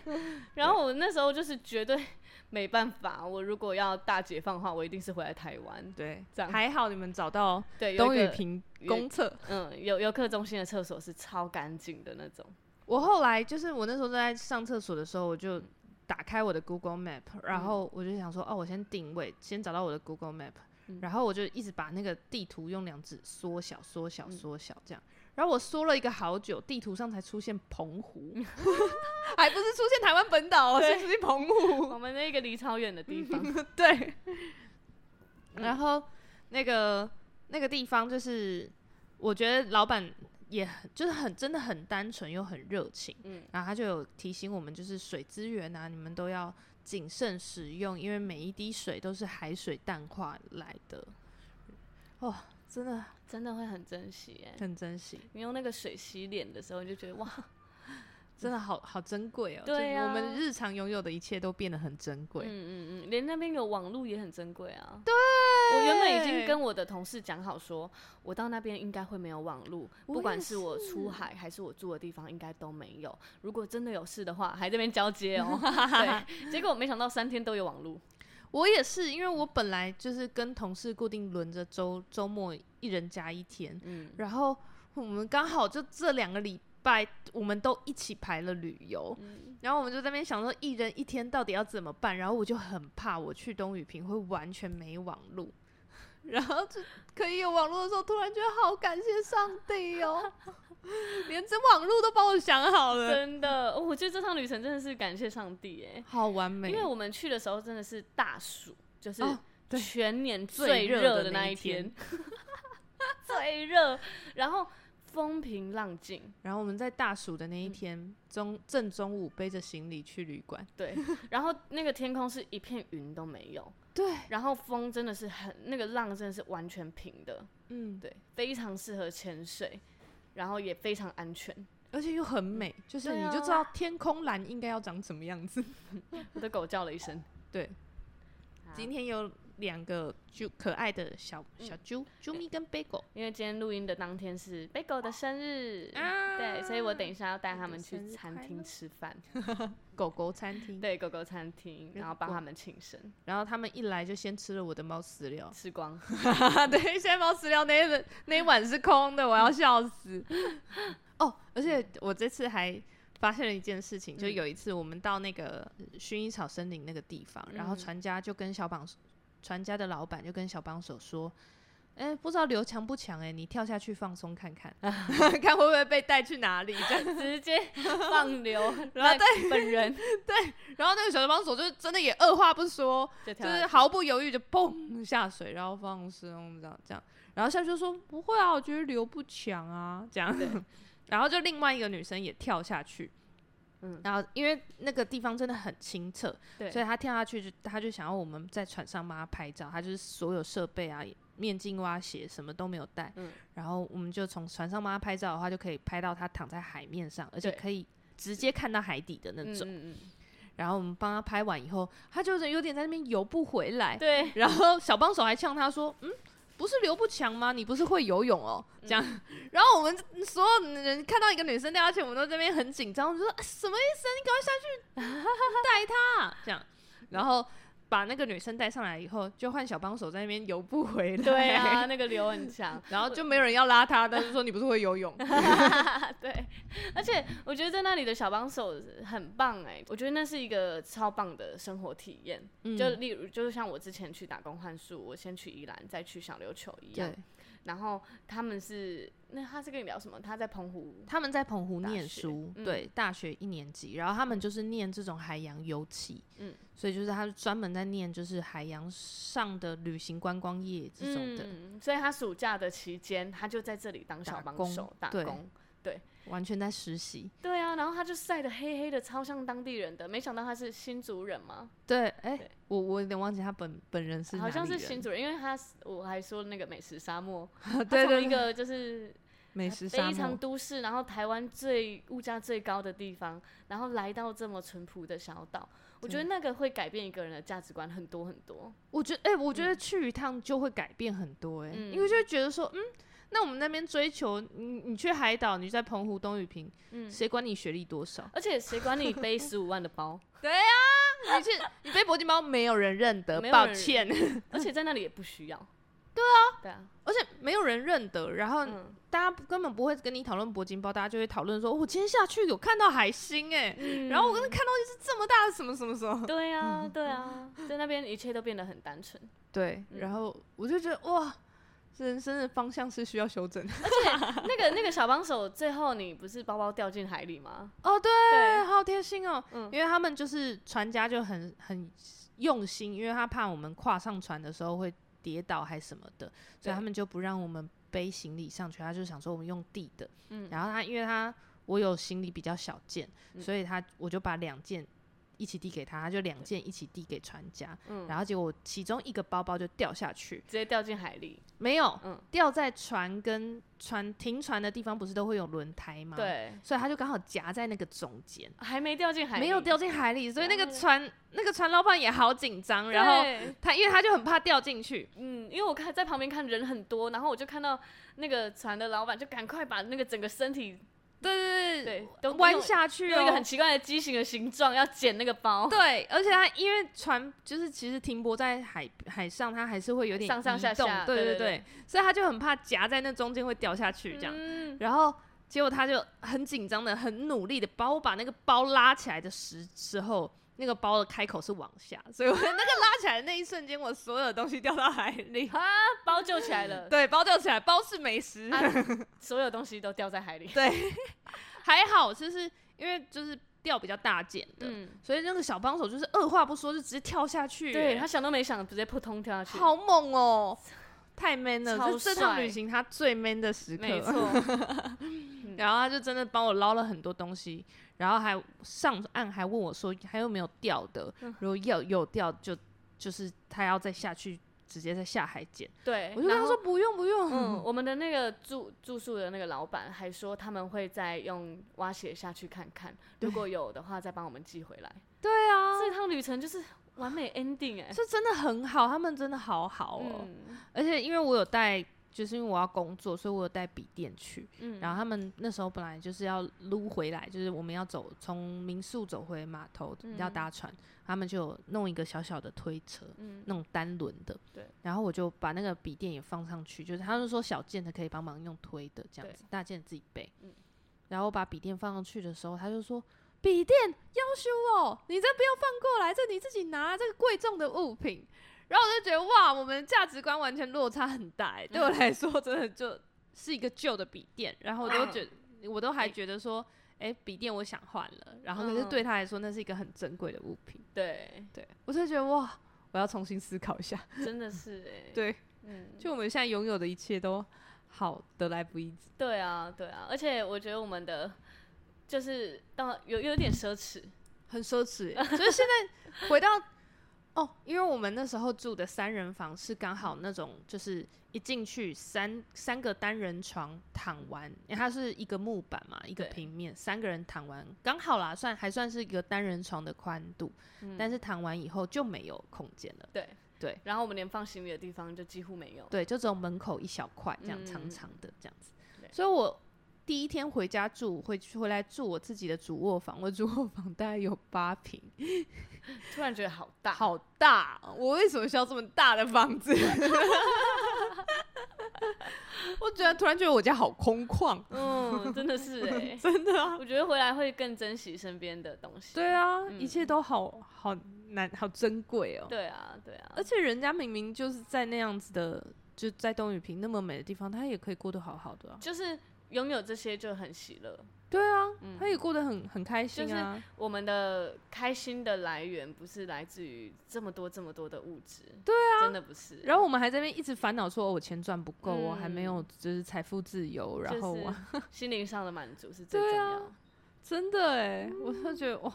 A: 然后我那时候就是绝对没办法，我如果要大解放的话，我一定是回来台湾。
F: 对
A: 这，样
F: 还好你们找到
A: 对，有
F: 东
A: 一
F: 雨
A: 个
F: 平
A: 有
F: 公厕。
A: 嗯，游游客中心的厕所是超干净的那种。
F: 我后来就是我那时候在上厕所的时候，我就打开我的 Google Map，然后我就想说，哦，我先定位，先找到我的 Google Map，
A: 嗯
F: 然后我就一直把那个地图用两指缩小、缩小、缩小这样。然后我缩了一个好久，地图上才出现澎湖， 还不是出现台湾本岛哦，是出现澎湖。
A: 我们那个离超远的地方，
F: 对，
A: 嗯
F: 然后那个那个地方就是，我觉得老板也很就是很真的很单纯又很热情，
A: 嗯
F: 然后他就有提醒我们，就是水资源啊，你们都要谨慎使用，因为每一滴水都是海水淡化来的。哦，真的
A: 真的会很珍惜哎。
F: 很珍惜，
A: 你用那个水洗脸的时候，你就觉得哇，
F: 真的好好珍贵哦。
A: 对
F: 就是我
A: 啊
F: 们日常拥有的一切都变得很珍贵。
A: 嗯嗯嗯，连那边有网络也很珍贵啊。对，我原本已经跟我的同事讲好说，我到那边应该会没有网络，
F: 我
A: 不管
F: 也
A: 是我出海还是我住的地方，应该都没有。如果真的有事的话，还这边交接 哦。对，结果没想到三天都有网络。
F: 我也是，因为我本来就是跟同事固定轮着周周末一人加一天，
A: 嗯，
F: 然后我们刚好就这两个礼拜，我们都一起排了旅游，
A: 嗯
F: 然后我们就在那边想说一人一天到底要怎么办，然后我就很怕我去东雨平会完全没网路。 然后就可以有网络的时候，突然觉得好感谢上 帝哦，连这网路都帮我想好了，
A: 真的，哦我觉得这趟旅程真的是感谢上帝哎。
F: 好完美。
A: 因为我们去的时候真的是大暑，就是
F: 哦对
A: 全年
F: 最
A: 最
F: 热
A: 热
F: 的
A: 的
F: 那
A: 那
F: 一
A: 一天
F: 天，
A: 最热，然后风平浪静，
F: 然后我们在大暑的那
A: 嗯
F: 一天，中正中午背着行李去旅馆，
A: 对，然后那个天空是一片云都没有，
F: 对，
A: 然后风真的是很，那个浪真的是完全平的，
F: 嗯，
A: 对，非常适合潜水，然后也非常安全，
F: 而且又很美，就是
A: 对
F: 你
A: 啊
F: 就知道天空蓝应该要长什么样子。
A: 我的狗叫了一声，
F: 对，今天有两个就可爱的小
A: 嗯
F: 小猪猪咪跟 Bagel
A: 因为今天录音的当天是 Bagel 的生日，
F: 啊
A: 嗯对，所以我等一下要带他们去
F: Bagel 生日
A: 餐
F: 快乐
A: 厅吃饭，
F: 狗狗餐厅，
A: 对，狗狗餐厅，然后帮他们庆生，
F: 然后他们一来就先吃了我的猫饲料，
A: 吃光。
F: 对，现在猫饲料那一轮那一碗是空的，我要笑死。哦，而且我这次还发现了一件事情，就有一次我们到那个薰衣草森林那个地方，然后船家就跟小帮手船家的老板就跟小帮手说。哎、不知道刘强不强哎、你跳下去放松看看，看会不会被带去哪里这样。
A: 直接放 流，
F: 然后
A: 对本 人
F: 然后那个小帮手就真的也二话不说，
A: 就跳
F: 就
A: 下
F: 是
A: 去
F: 毫不犹豫就嘣下水，然后放松这样这样，然后下去就说不会啊，我觉得流不强啊这样， 然后就另外一个女生也跳下去。
A: 嗯
F: 然后因为那个地方真的很清澈，
A: 对
F: 所以她跳下去就她就想要我们在船上帮她拍照，她就是所有设备啊、面镜、蛙鞋什么都没有带，
A: 嗯
F: 然后我们就从船上帮她拍照的话，就可以拍到她躺在海面上，而且
A: 对
F: 可以直接看到海底的那
A: 嗯
F: 种。
A: 嗯嗯，
F: 然后我们帮她拍完以后，她就是有点在那边游不回来，
A: 对，
F: 然后小帮手还呛他说：“嗯，不是刘不强吗？你不是会游泳哦？”这样，
A: 嗯
F: 然后我们所有人看到一个女生掉下去，我们都这边很紧张，我们就说啊：“什么意思？你赶快下去 带她。”这样，然后把那个女生带上来以后，就换小帮手在那边游不回来。
A: 对啊，。那个流很强，
F: 然后就没有人要拉他，但是说你不是会游泳，
A: 对，而且我觉得在那里的小帮手很棒哎、我觉得那是一个超棒的生活体验。就
F: 嗯
A: 例如，就像我之前去打工换宿，我先去宜兰，再去小琉球一样
F: 对。，
A: 然后他们是，那他是跟你聊什么？他在澎湖，
F: 他们在澎湖
A: 大
F: 念
A: 学
F: 书，
A: 嗯
F: 对，大学一年级，然后他们就是念这种海洋油气，
A: 嗯，
F: 所以就是他专门在念就是海洋上的旅行观光业这种的，
A: 嗯，所以他暑假的期间，他就在这里当小
F: 打
A: 帮
F: 工
A: 手打
F: 对
A: 工。
F: 完全在实习。
A: 对啊，然后他就晒得黑黑的，超像当地人的。没想到他是新族人嘛，
F: 对，哎、
A: 对
F: 我我有点忘记他本本人是
A: 好像
F: 哪
A: 是
F: 里
A: 新
F: 人，
A: 族人，因为他是我还说那个美食沙 漠，
F: 对
A: 他从
F: 对
A: 一
F: 对
A: 个就是呃
F: 美食沙
A: 非常
F: 漠，
A: 都市，然后台湾最物价最高的地方，然后来到这么淳朴的小岛，我觉得那个会改变一个人的价值观很多很多。
F: 我觉得哎、我觉得去一趟就会改变很多、哎、
A: 嗯
F: 因为就会觉得说，嗯，那我们那边追求你你去海岛，你在澎湖东屿平，
A: 嗯
F: 谁管你学历多少？
A: 而且谁管你背十五万的包？
F: 你去你背铂金包，没有人认得
A: 没，有
F: 抱
A: 人
F: 歉。
A: 而且在那里也不需要。对啊，
F: 而且没有人认得，然后
A: 对啊，嗯
F: 大家不根本不会跟你讨论铂金包，大家就会讨论说，哦我今天下去有看到海星哎、
A: 嗯
F: 然后我刚才看到一只这么大的什么什么什么，
A: 对
F: 嗯
A: 啊，对啊，在那边一切都变得很单纯。
F: 对，
A: 嗯
F: 然后我就觉得哇，人生的方向是需要修正的
A: 那个那个小帮手，最后你不是包包掉进海里吗？
F: 哦，对，
A: 对
F: 好贴心哦，
A: 嗯
F: 因为他们就是船家就很很用心，因为他怕我们跨上船的时候会跌倒还什么的，所
A: 对
F: 以他们就不让我们背行李上去，他就想说我们用递的，
A: 嗯
F: 然后他因为他我有行李比较小件，
A: 嗯
F: 所以他我就把两件一起递给他，他就两件一起递给船家，
A: 嗯，
F: 然后结果我其中一个包包就掉下去，
A: 直接掉进海里。
F: 没有，
A: 嗯
F: 掉在船跟船停船的地方不是都会有轮胎吗？，
A: 对，
F: 所以他就刚好夹在那个中间。
A: 还没掉进海里，
F: 没有掉进海里，所以那个
A: 对
F: 船那个船老板也好紧张，
A: 对。
F: 然后他因为他就很怕掉进去，
A: 嗯，因为我看在旁边看人很多，然后我就看到那个船的老板就赶快把那个整个身体
F: 对对
A: 对都
F: 呃弯
A: 用
F: 下去
A: 用一个很
F: 哦。
A: 奇怪的畸形的形状要捡那个包，
F: 对，而且他因为船就是其实停泊在海海上，它还是会有点
A: 上上下
F: 移动
A: 下
F: 对
A: 对
F: 对
A: 对
F: 对，所以他就很怕夹在那中间会掉下去这样。
A: 嗯，
F: 然后结果他就很紧张的、很努力的把我把那个包拉起来的时时候，那个包的开口是往下，所以我 那个拉起来的那一瞬间，我所有的东西掉到海里。
A: 包救起来了，
F: 对，包掉起来，包是美食，
A: 啊所有东西都掉在海里，
F: 还好，就是因为就是掉比较大件的，
A: 嗯，
F: 所以那个小帮手就是二话不说就直接跳下去、
A: 对
F: 欸
A: 他想都没想，直接扑通跳下去，
F: 好猛哦、太 man 了！
A: 超
F: 这这趟
A: 帅
F: 旅行他最 man 的时刻，
A: 没错，
F: 然后他就真的帮我捞了很多东西，然后还上岸还问我说还有没有掉的，
A: 嗯
F: 如果要有掉就就是他要再下去，直接再下海捡。
A: 对，
F: 我就跟
A: 然
F: 他
A: 后
F: 说不用不用，
A: 嗯，我们的那个住住宿的那个老板还说他们会再用挖鞋下去看看，如果有的话再帮我们寄回来。
F: 对啊，
A: 这趟旅程就是完美 ending 哎、
F: 这真的很好，他们真的好好 哦。
A: 嗯
F: 而且因为我有带，就是因为我要工作，所以我有带笔电去。
A: 嗯
F: 然后他们那时候本来就是要撸回来，就是我们要走从民宿走回码头
A: 嗯
F: 要搭船，他们就有弄一个小小的推车，
A: 嗯
F: 那种单轮的。
A: 对。
F: 然后我就把那个笔电也放上去，就是他们说小件的可以帮忙用推的这样子，大件的自己背。
A: 嗯
F: 然后我把笔电放上去的时候，他就说。笔电要修哦，你这不要放过来，这你自己拿，这个贵重的物品。然后我就觉得哇，我们价值观完全落差很大欸，对我来说真的就是一个旧的笔电，然后我都觉得，我都还觉得说，哎、笔电我想换了，然后可是
A: 嗯
F: 对他来说那是一个很珍贵的物品，
A: 对，
F: 对我就觉得哇，我要重新思考一下，
A: 真的是哎、
F: 对，
A: 嗯，
F: 就我们现在拥有的一切都好得来不易，
A: 对啊，对啊，而且我觉得我们的就是到有有点奢侈，
F: 很奢侈耶， 就是现在回到哦，因为我们那时候住的三人房是刚好那种，就是一进去三三个单人床躺完，因为它是一个木板嘛，一个
A: 对
F: 平面，三个人躺完刚好啦，算还算是一个单人床的宽度，
A: 嗯
F: 但是躺完以后就没有空间了，
A: 对
F: 对，
A: 然后我们连放行李的地方就几乎没有，
F: 对，就只有门口一小块这样
A: 嗯
F: 长长的这样子，
A: 对
F: 所以我。第一天回家住，回回来住我自己的主卧房，我主卧房大概有八平，
A: 突然觉得好大，
F: 好大！我为什么需要这么大的房子？ 我觉得突然觉得我家好空旷，
A: 嗯，真的是哎、
F: 真的啊！
A: 我觉得回来会更珍惜身边的东西，
F: 对啊，
A: 嗯
F: 一切都好好难，好珍贵哦。
A: 对啊，对啊，
F: 而且人家明明就是在那样子的，就在东雨平那么美的地方，他也可以过得好好的啊。
A: 就是拥有这些就很喜乐，
F: 对啊，
A: 嗯
F: 他也过得很很开心啊。
A: 我们的开心的来源不是来自于这么多这么多的物质，对啊，真的不是。
F: 然后我们还在那边一直烦恼说，哦我钱赚不够，我还
A: 嗯
F: 没有就是财富自由，然后我
A: 就是心灵上的满足是最
F: 对
A: 重
F: 啊
A: 要。
F: 真的哎，我就觉得哇，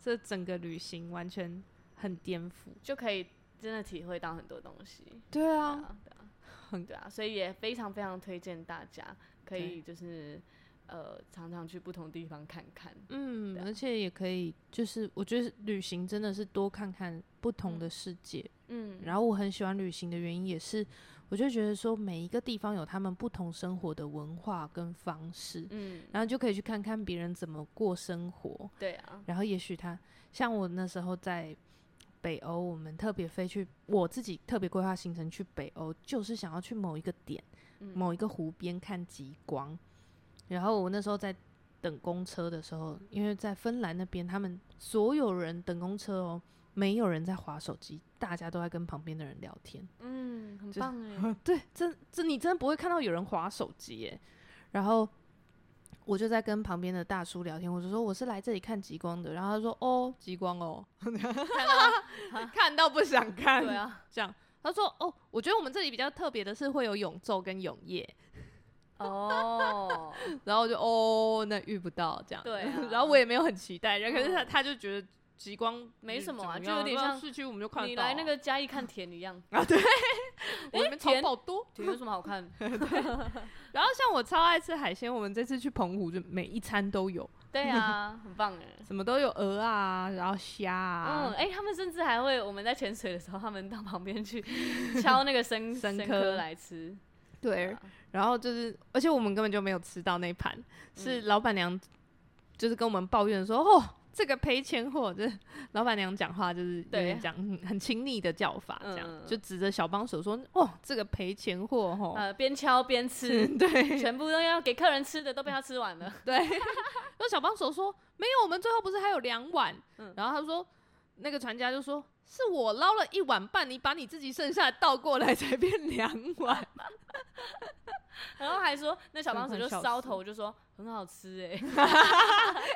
F: 这整个旅行完全很颠覆。
A: 就可以真的体会到很多东西。
F: 对
A: 对
F: 啊，
A: 啊，对啊，
F: 很
A: 对啊，所以也非常非常推荐大家可
F: 对
A: 以就是呃常常去不同地方看看。
F: 嗯
A: 对，啊
F: 而且也可以，就是我觉得旅行真的是多看看不同的世界。
A: 嗯，
F: 然后我很喜欢旅行的原因也是，我就觉得说每一个地方有他们不同生活的文化跟方式，
A: 嗯，
F: 然后就可以去看看别人怎么过生活。
A: 对啊，
F: 然后也许他像我那时候在北欧，我们特别飞去，我自己特别规划行程去北欧，就是想要去某一个点，
A: 嗯
F: 某一个湖边看极光。然后我那时候在等公车的时候，因为在芬兰那边，他们所有人等公车哦，没有人在划手机，大家都在跟旁边的人聊天。
A: 嗯，很
F: 就是
A: 棒哎，
F: 对，真这你真的不会看到有人划手机耶。然后我就在跟旁边的大叔聊天，我就说我是来这里看极光的，然后他说哦，极光哦， 看到不想 看，
A: 对， 啊，
F: 这样。他说哦，我觉得我们这里比较特别的是会有永昼跟永夜，
A: 哦，
F: 然后我就哦，那遇不到这样，
A: 对啊嗯
F: 然后我也没有很期待，然后可是他他就觉得极光
A: 没什么啊
F: 嗯
A: 就有点
F: 怎么样
A: 像
F: 市区我们就看得
A: 你
F: 到啊
A: 来那个嘉义看田一样，
F: 啊， 对，我们淘
A: 田
F: 宝多，
A: 田有什么好看？
F: 然后像我超爱吃海鲜，我们这次去澎湖就每一餐都有，
A: 对 啊，很棒哎。
F: 什么都有，鹅啊，然后虾啊
A: 嗯，，哎、他们甚至还会，我们在潜水的时候，他们到旁边去 敲那个生
F: 生
A: 生
F: 科
A: 科来吃，
F: 对，
A: 啊
F: 然后就是，而且我们根本就没有吃到那盘，
A: 嗯
F: 是老板娘就是跟我们抱怨说，哦，这 个赔钱货，就是老板娘讲话就是有
A: 对
F: 点讲嗯很亲昵的叫法，这样、
A: 嗯
F: 就指着小帮手说，哦，这个赔钱货，吼、
A: 呃，边敲边 吃，
F: 对，
A: 全部都要给客人吃的都被他吃完了。
F: 对，然后小帮手说没有，我们最后不是还有两碗？
A: 嗯
F: 然后他说那个船家就说是我捞了一碗半，你把你自己剩下的倒过来才变两 碗。
A: 然后还说，那小帮手就
F: 真的快笑
A: 搔
F: 死
A: 头就说很好吃哎、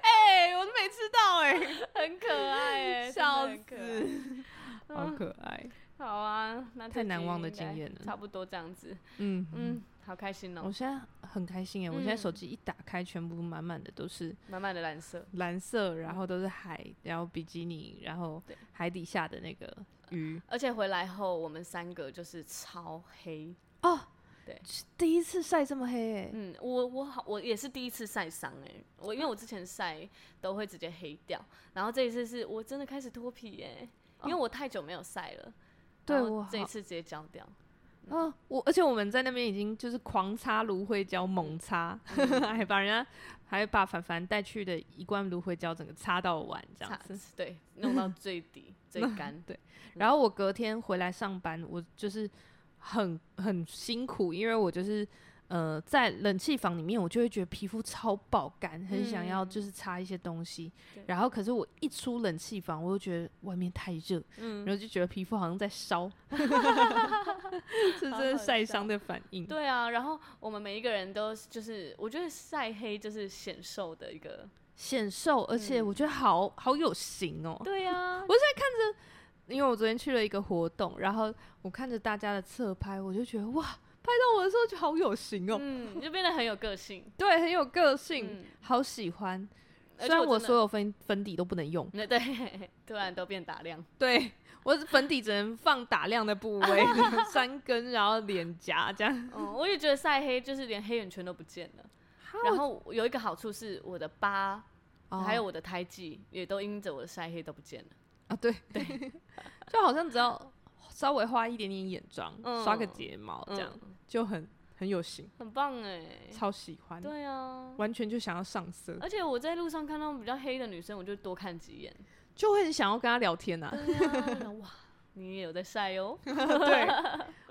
F: 哎、我都没吃到
A: 欸
F: 哎、
A: 很可爱 哎、真的
F: 笑
A: 很可爱。嗯
F: 死，好可爱。
A: 好啊，那这
F: 太难
A: 集
F: 忘的
A: 应该
F: 经验了
A: 差不多这样子，
F: 嗯嗯，
A: 嗯，好开心哦、
F: 我现在很开心哎、我现在
A: 嗯
F: 手机一打开，全部满满的都是
A: 满满的蓝色，
F: 蓝色，然后都是海，然后比基尼，然后
A: 对
F: 海底下的那个鱼。
A: 而且回来后我们三个就是超黑，
F: 哦，
A: 对，
F: 第一次晒这么黑哎、
A: 嗯，我我好，我也是第一次晒伤哎，我因为我之前晒都会直接黑掉，然后这一次是我真的开始脱皮哎、因为我太久没有晒了。
F: 哦对
A: 然后
F: 我
A: 这一
F: 好
A: 次直接降掉，
F: 啊，我而且我们在那边已经就是狂擦芦荟胶，猛擦， 还把人家还把凡凡带去的一罐芦荟胶整个擦到完这样
A: 差
F: 子。
A: 对，弄到最 底最干，
F: 对然后我隔天回来上班，我就是很很辛苦，因为我就是呃在冷气房里面，我就会觉得皮肤超爆干，很想要
A: 嗯
F: 就是擦一些东西。
A: 对
F: 然后可是我一出冷气房，我就觉得外面太热，
A: 嗯
F: 然后就觉得皮肤好像在 烧，这
A: 好
F: 真
A: 好
F: 是晒
A: 笑
F: 伤的反应。
A: 对啊，然后我们每一个人都是就是，我觉得晒黑就是显瘦的一个，
F: 显瘦，而且我觉得好、好有型哦。
A: 嗯对啊，
F: 我因为我昨天去了一个活动，然后我看着大家的侧拍，我就觉得哇，拍到我的时候就好有型哦，
A: 嗯，你就变得很有个性，
F: 对，很有个性，
A: 嗯，
F: 好喜欢。
A: 而
F: 虽
A: 且
F: 然
A: 我
F: 我
A: 真的
F: 所有粉粉底都不能用，
A: 那对，突然都变打亮，
F: 对我粉底只能放打亮的部 位，三根，然后脸颊这样。
A: 嗯，我也觉得晒黑就是连黑眼圈都不见了，然后有一个好处是我的疤。还有
F: 哦
A: 我的胎记也都因着我的晒黑都不见了，
F: 啊，对对，就好像只要稍微画一点点眼妆，刷个
A: 嗯
F: 睫毛这
A: 嗯
F: 样、就很很有型，
A: 很棒哎、
F: 超喜欢。
A: 对啊，
F: 完全就想要上色，
A: 而且我在路上看到比较黑的女生，我就多看几眼。
F: 就会很想要跟他聊天呐、
A: 对 啊，然后哇，你也有在晒 哦，
F: 对，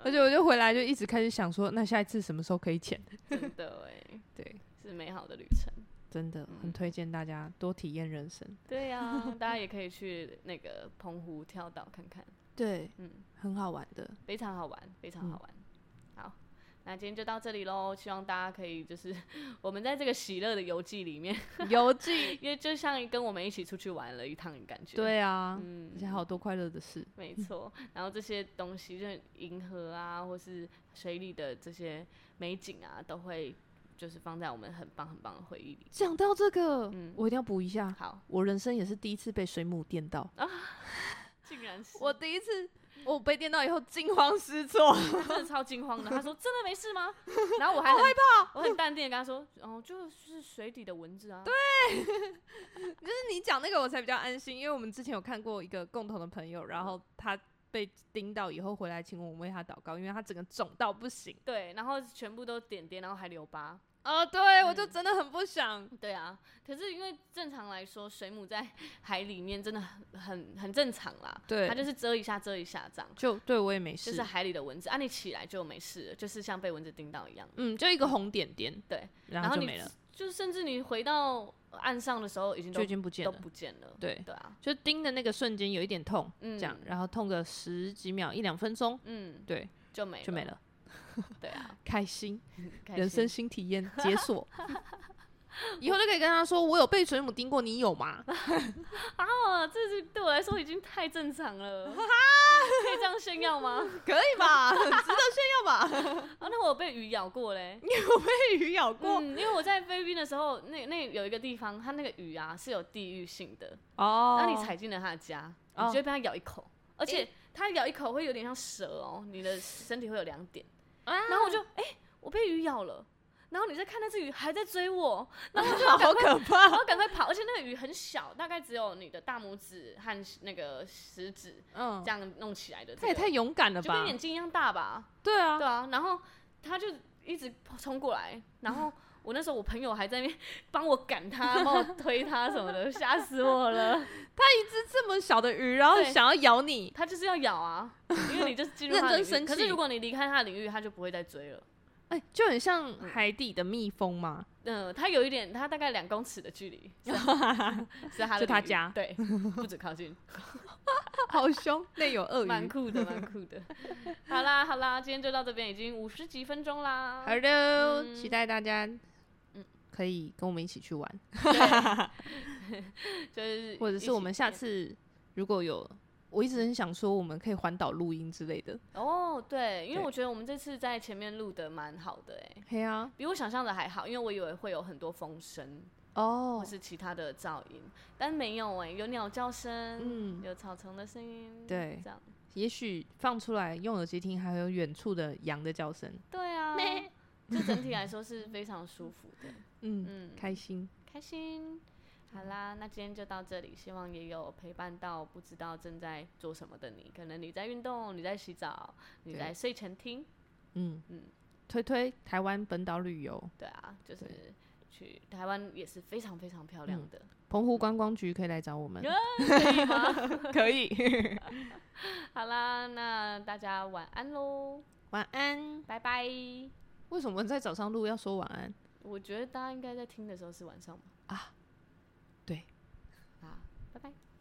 F: 而且我就回来就一直开始想说，那下一次什么时候可以潜？
A: 真的哎，
F: 对，嗯
A: 是美好的旅程。
F: 真的很推荐大家多体验人生。
A: 对呀、啊， 大家也可以去那个澎湖跳岛看看，
F: 对，
A: 嗯，
F: 很好玩 的。
A: 非常好玩，非常好玩。好，那今天就到这里喽，希望大家可以就是 我们在这个喜乐的游记里面，
F: 游记，
A: 因为就像跟我们一起出去玩了一趟的感觉。，
F: 对啊，
A: 嗯
F: 而且好多快乐的事。
A: 没错，然后这些东西就是银河啊，或是水里的这些美景啊，都会就是放在我们很棒很棒的回忆里。
F: 讲到这个，
A: 嗯
F: 我一定要补一下，
A: 好，
F: 我人生也是第一次被水母电到。
A: 竟然是
F: 我第一次，我被电到以后惊慌失 措，
A: 他真的超惊慌 的。他说：“真的没事吗？”然后我还很害怕，我很淡定的跟他说：“哦，就是水底的蚊子啊。”对，
F: 就是你讲那个我才比较安心，因为我们之前有看过一个共同的朋友，然后他被叮到以后回来，请我们为他祷告，因为他整个肿到不行。
A: 然后全部都点点，然后还留疤。
F: 哦，对，我就真的很不想。
A: 对啊，可是因为正常来说，水母在海里面真的很很很正常啦。
F: 对
A: 它就是遮一下遮一下这样。
F: 就对我也没
A: 就
F: 事，
A: 是海里的蚊子啊，你起来就没事了，就是像被蚊子叮到一样。
F: 嗯，就一个红点点，
A: 对，
F: 然
A: 然后
F: 就
A: 你
F: 没了，
A: 就是甚至你回到岸上的时候，已经都
F: 就已经不见
A: 都
F: 了。
A: 不见了。
F: 对，
A: 对啊，
F: 就叮的那个瞬间有一点痛，
A: 嗯
F: 这样，然后痛个十几秒一两分钟，
A: 嗯，
F: 对，
A: 就没
F: 就没
A: 了。
F: 了，
A: 对啊，
F: 开心，
A: 开
F: 人
A: 心
F: 生新体验解 锁。以后就可以跟他说，我有被水母叮过，你 有吗？
A: 啊，这是对我来说已经太正常 了，可以这样炫耀吗？
F: 可 以吧？值得炫耀吧？
A: 啊，那我有被鱼咬过嘞。
F: 你有被鱼咬过？
A: 嗯，因为我在菲律宾的时候，那那有一个地方，它那个鱼啊是有地域性的，
F: 哦
A: 那、你踩进了它的家，你
F: 哦
A: 就会被它咬一口，而且它咬一口会有点像蛇哦，你的身体会有两点。
F: 啊
A: 然后我就哎、我被鱼咬了，然后你再看那只鱼还在追 我，然后我就
F: 好可怕
A: 然！后赶快跑，而且那个鱼很小，大概只有你的大拇指和那个食指
F: 嗯
A: 这，样弄起来的、这
F: 他也
A: 个
F: 太勇敢了
A: 就跟
F: 吧？
A: 眼睛一样大吧？
F: 对啊
A: 对，啊，然后他就一直冲过来，然 后我那时候我朋友还在那边帮我赶他，帮我推他什么的，吓死我了。
F: 这么小的鱼，然后
A: 对
F: 想要咬你，
A: 他就是要咬啊，因为你就是进入他
F: 认
A: 的
F: 真
A: 领域。
F: 生
A: 可是
F: 气
A: 如果你离开他的领域，他就不会再追了。
F: 哎、就很像海底的蜜蜂嘛。
A: 嗯、他有一点，他大概两公尺的距离是 是他的
F: 就他
A: 领域
F: 家
A: 对，不止靠 近，
F: 好凶，内有鳄
A: 蛮
F: 鱼。
A: 酷的，蛮酷的。好啦好啦，今天就到这边，已经五十几分钟啦。
F: 好的，
A: 嗯
F: 期待大家，可以跟我们一起去玩，
A: 就是
F: 或者
A: 一
F: 是我
A: 起
F: 们下
A: 体
F: 次如果有，我一直很想说我们可以环岛录音之类的。
A: 验哦，对，因为
F: 对
A: 我觉得我们这次在前面录的蛮好的哎、
F: 嘿啊，
A: 比我想象的还好，因为我以为会有很多风声或
F: 哦，
A: 是其他的噪音，但没有哎、有鸟叫声，
F: 嗯
A: 有草丛的声音，
F: 对
A: 这样，
F: 也许放出来用耳机听，还有远处的羊的叫声，
A: 对啊，就整体来说是非常舒服的，
F: 嗯，
A: 嗯，
F: 开心。
A: 开心。好啦，那今天就到这里，希望也有陪伴到不知道正在做什么的你，可能你在运动，你在洗澡，你
F: 对
A: 在睡前听，
F: 嗯
A: 嗯
F: 嗯，推推台湾本岛旅游，
A: 对啊，就是
F: 对
A: 去台湾也是非常非常漂亮
F: 嗯
A: 的，
F: 澎湖观光局可以来找我们，
A: 可以吗？
F: 可以。
A: 好啦，那大家晚安喽，
F: 晚安。
A: 拜拜。
F: 为什么在早上录要说晚安？
A: 我觉得大家应该在听的时候是晚上吧？
F: 啊，对，
A: 啊，拜拜。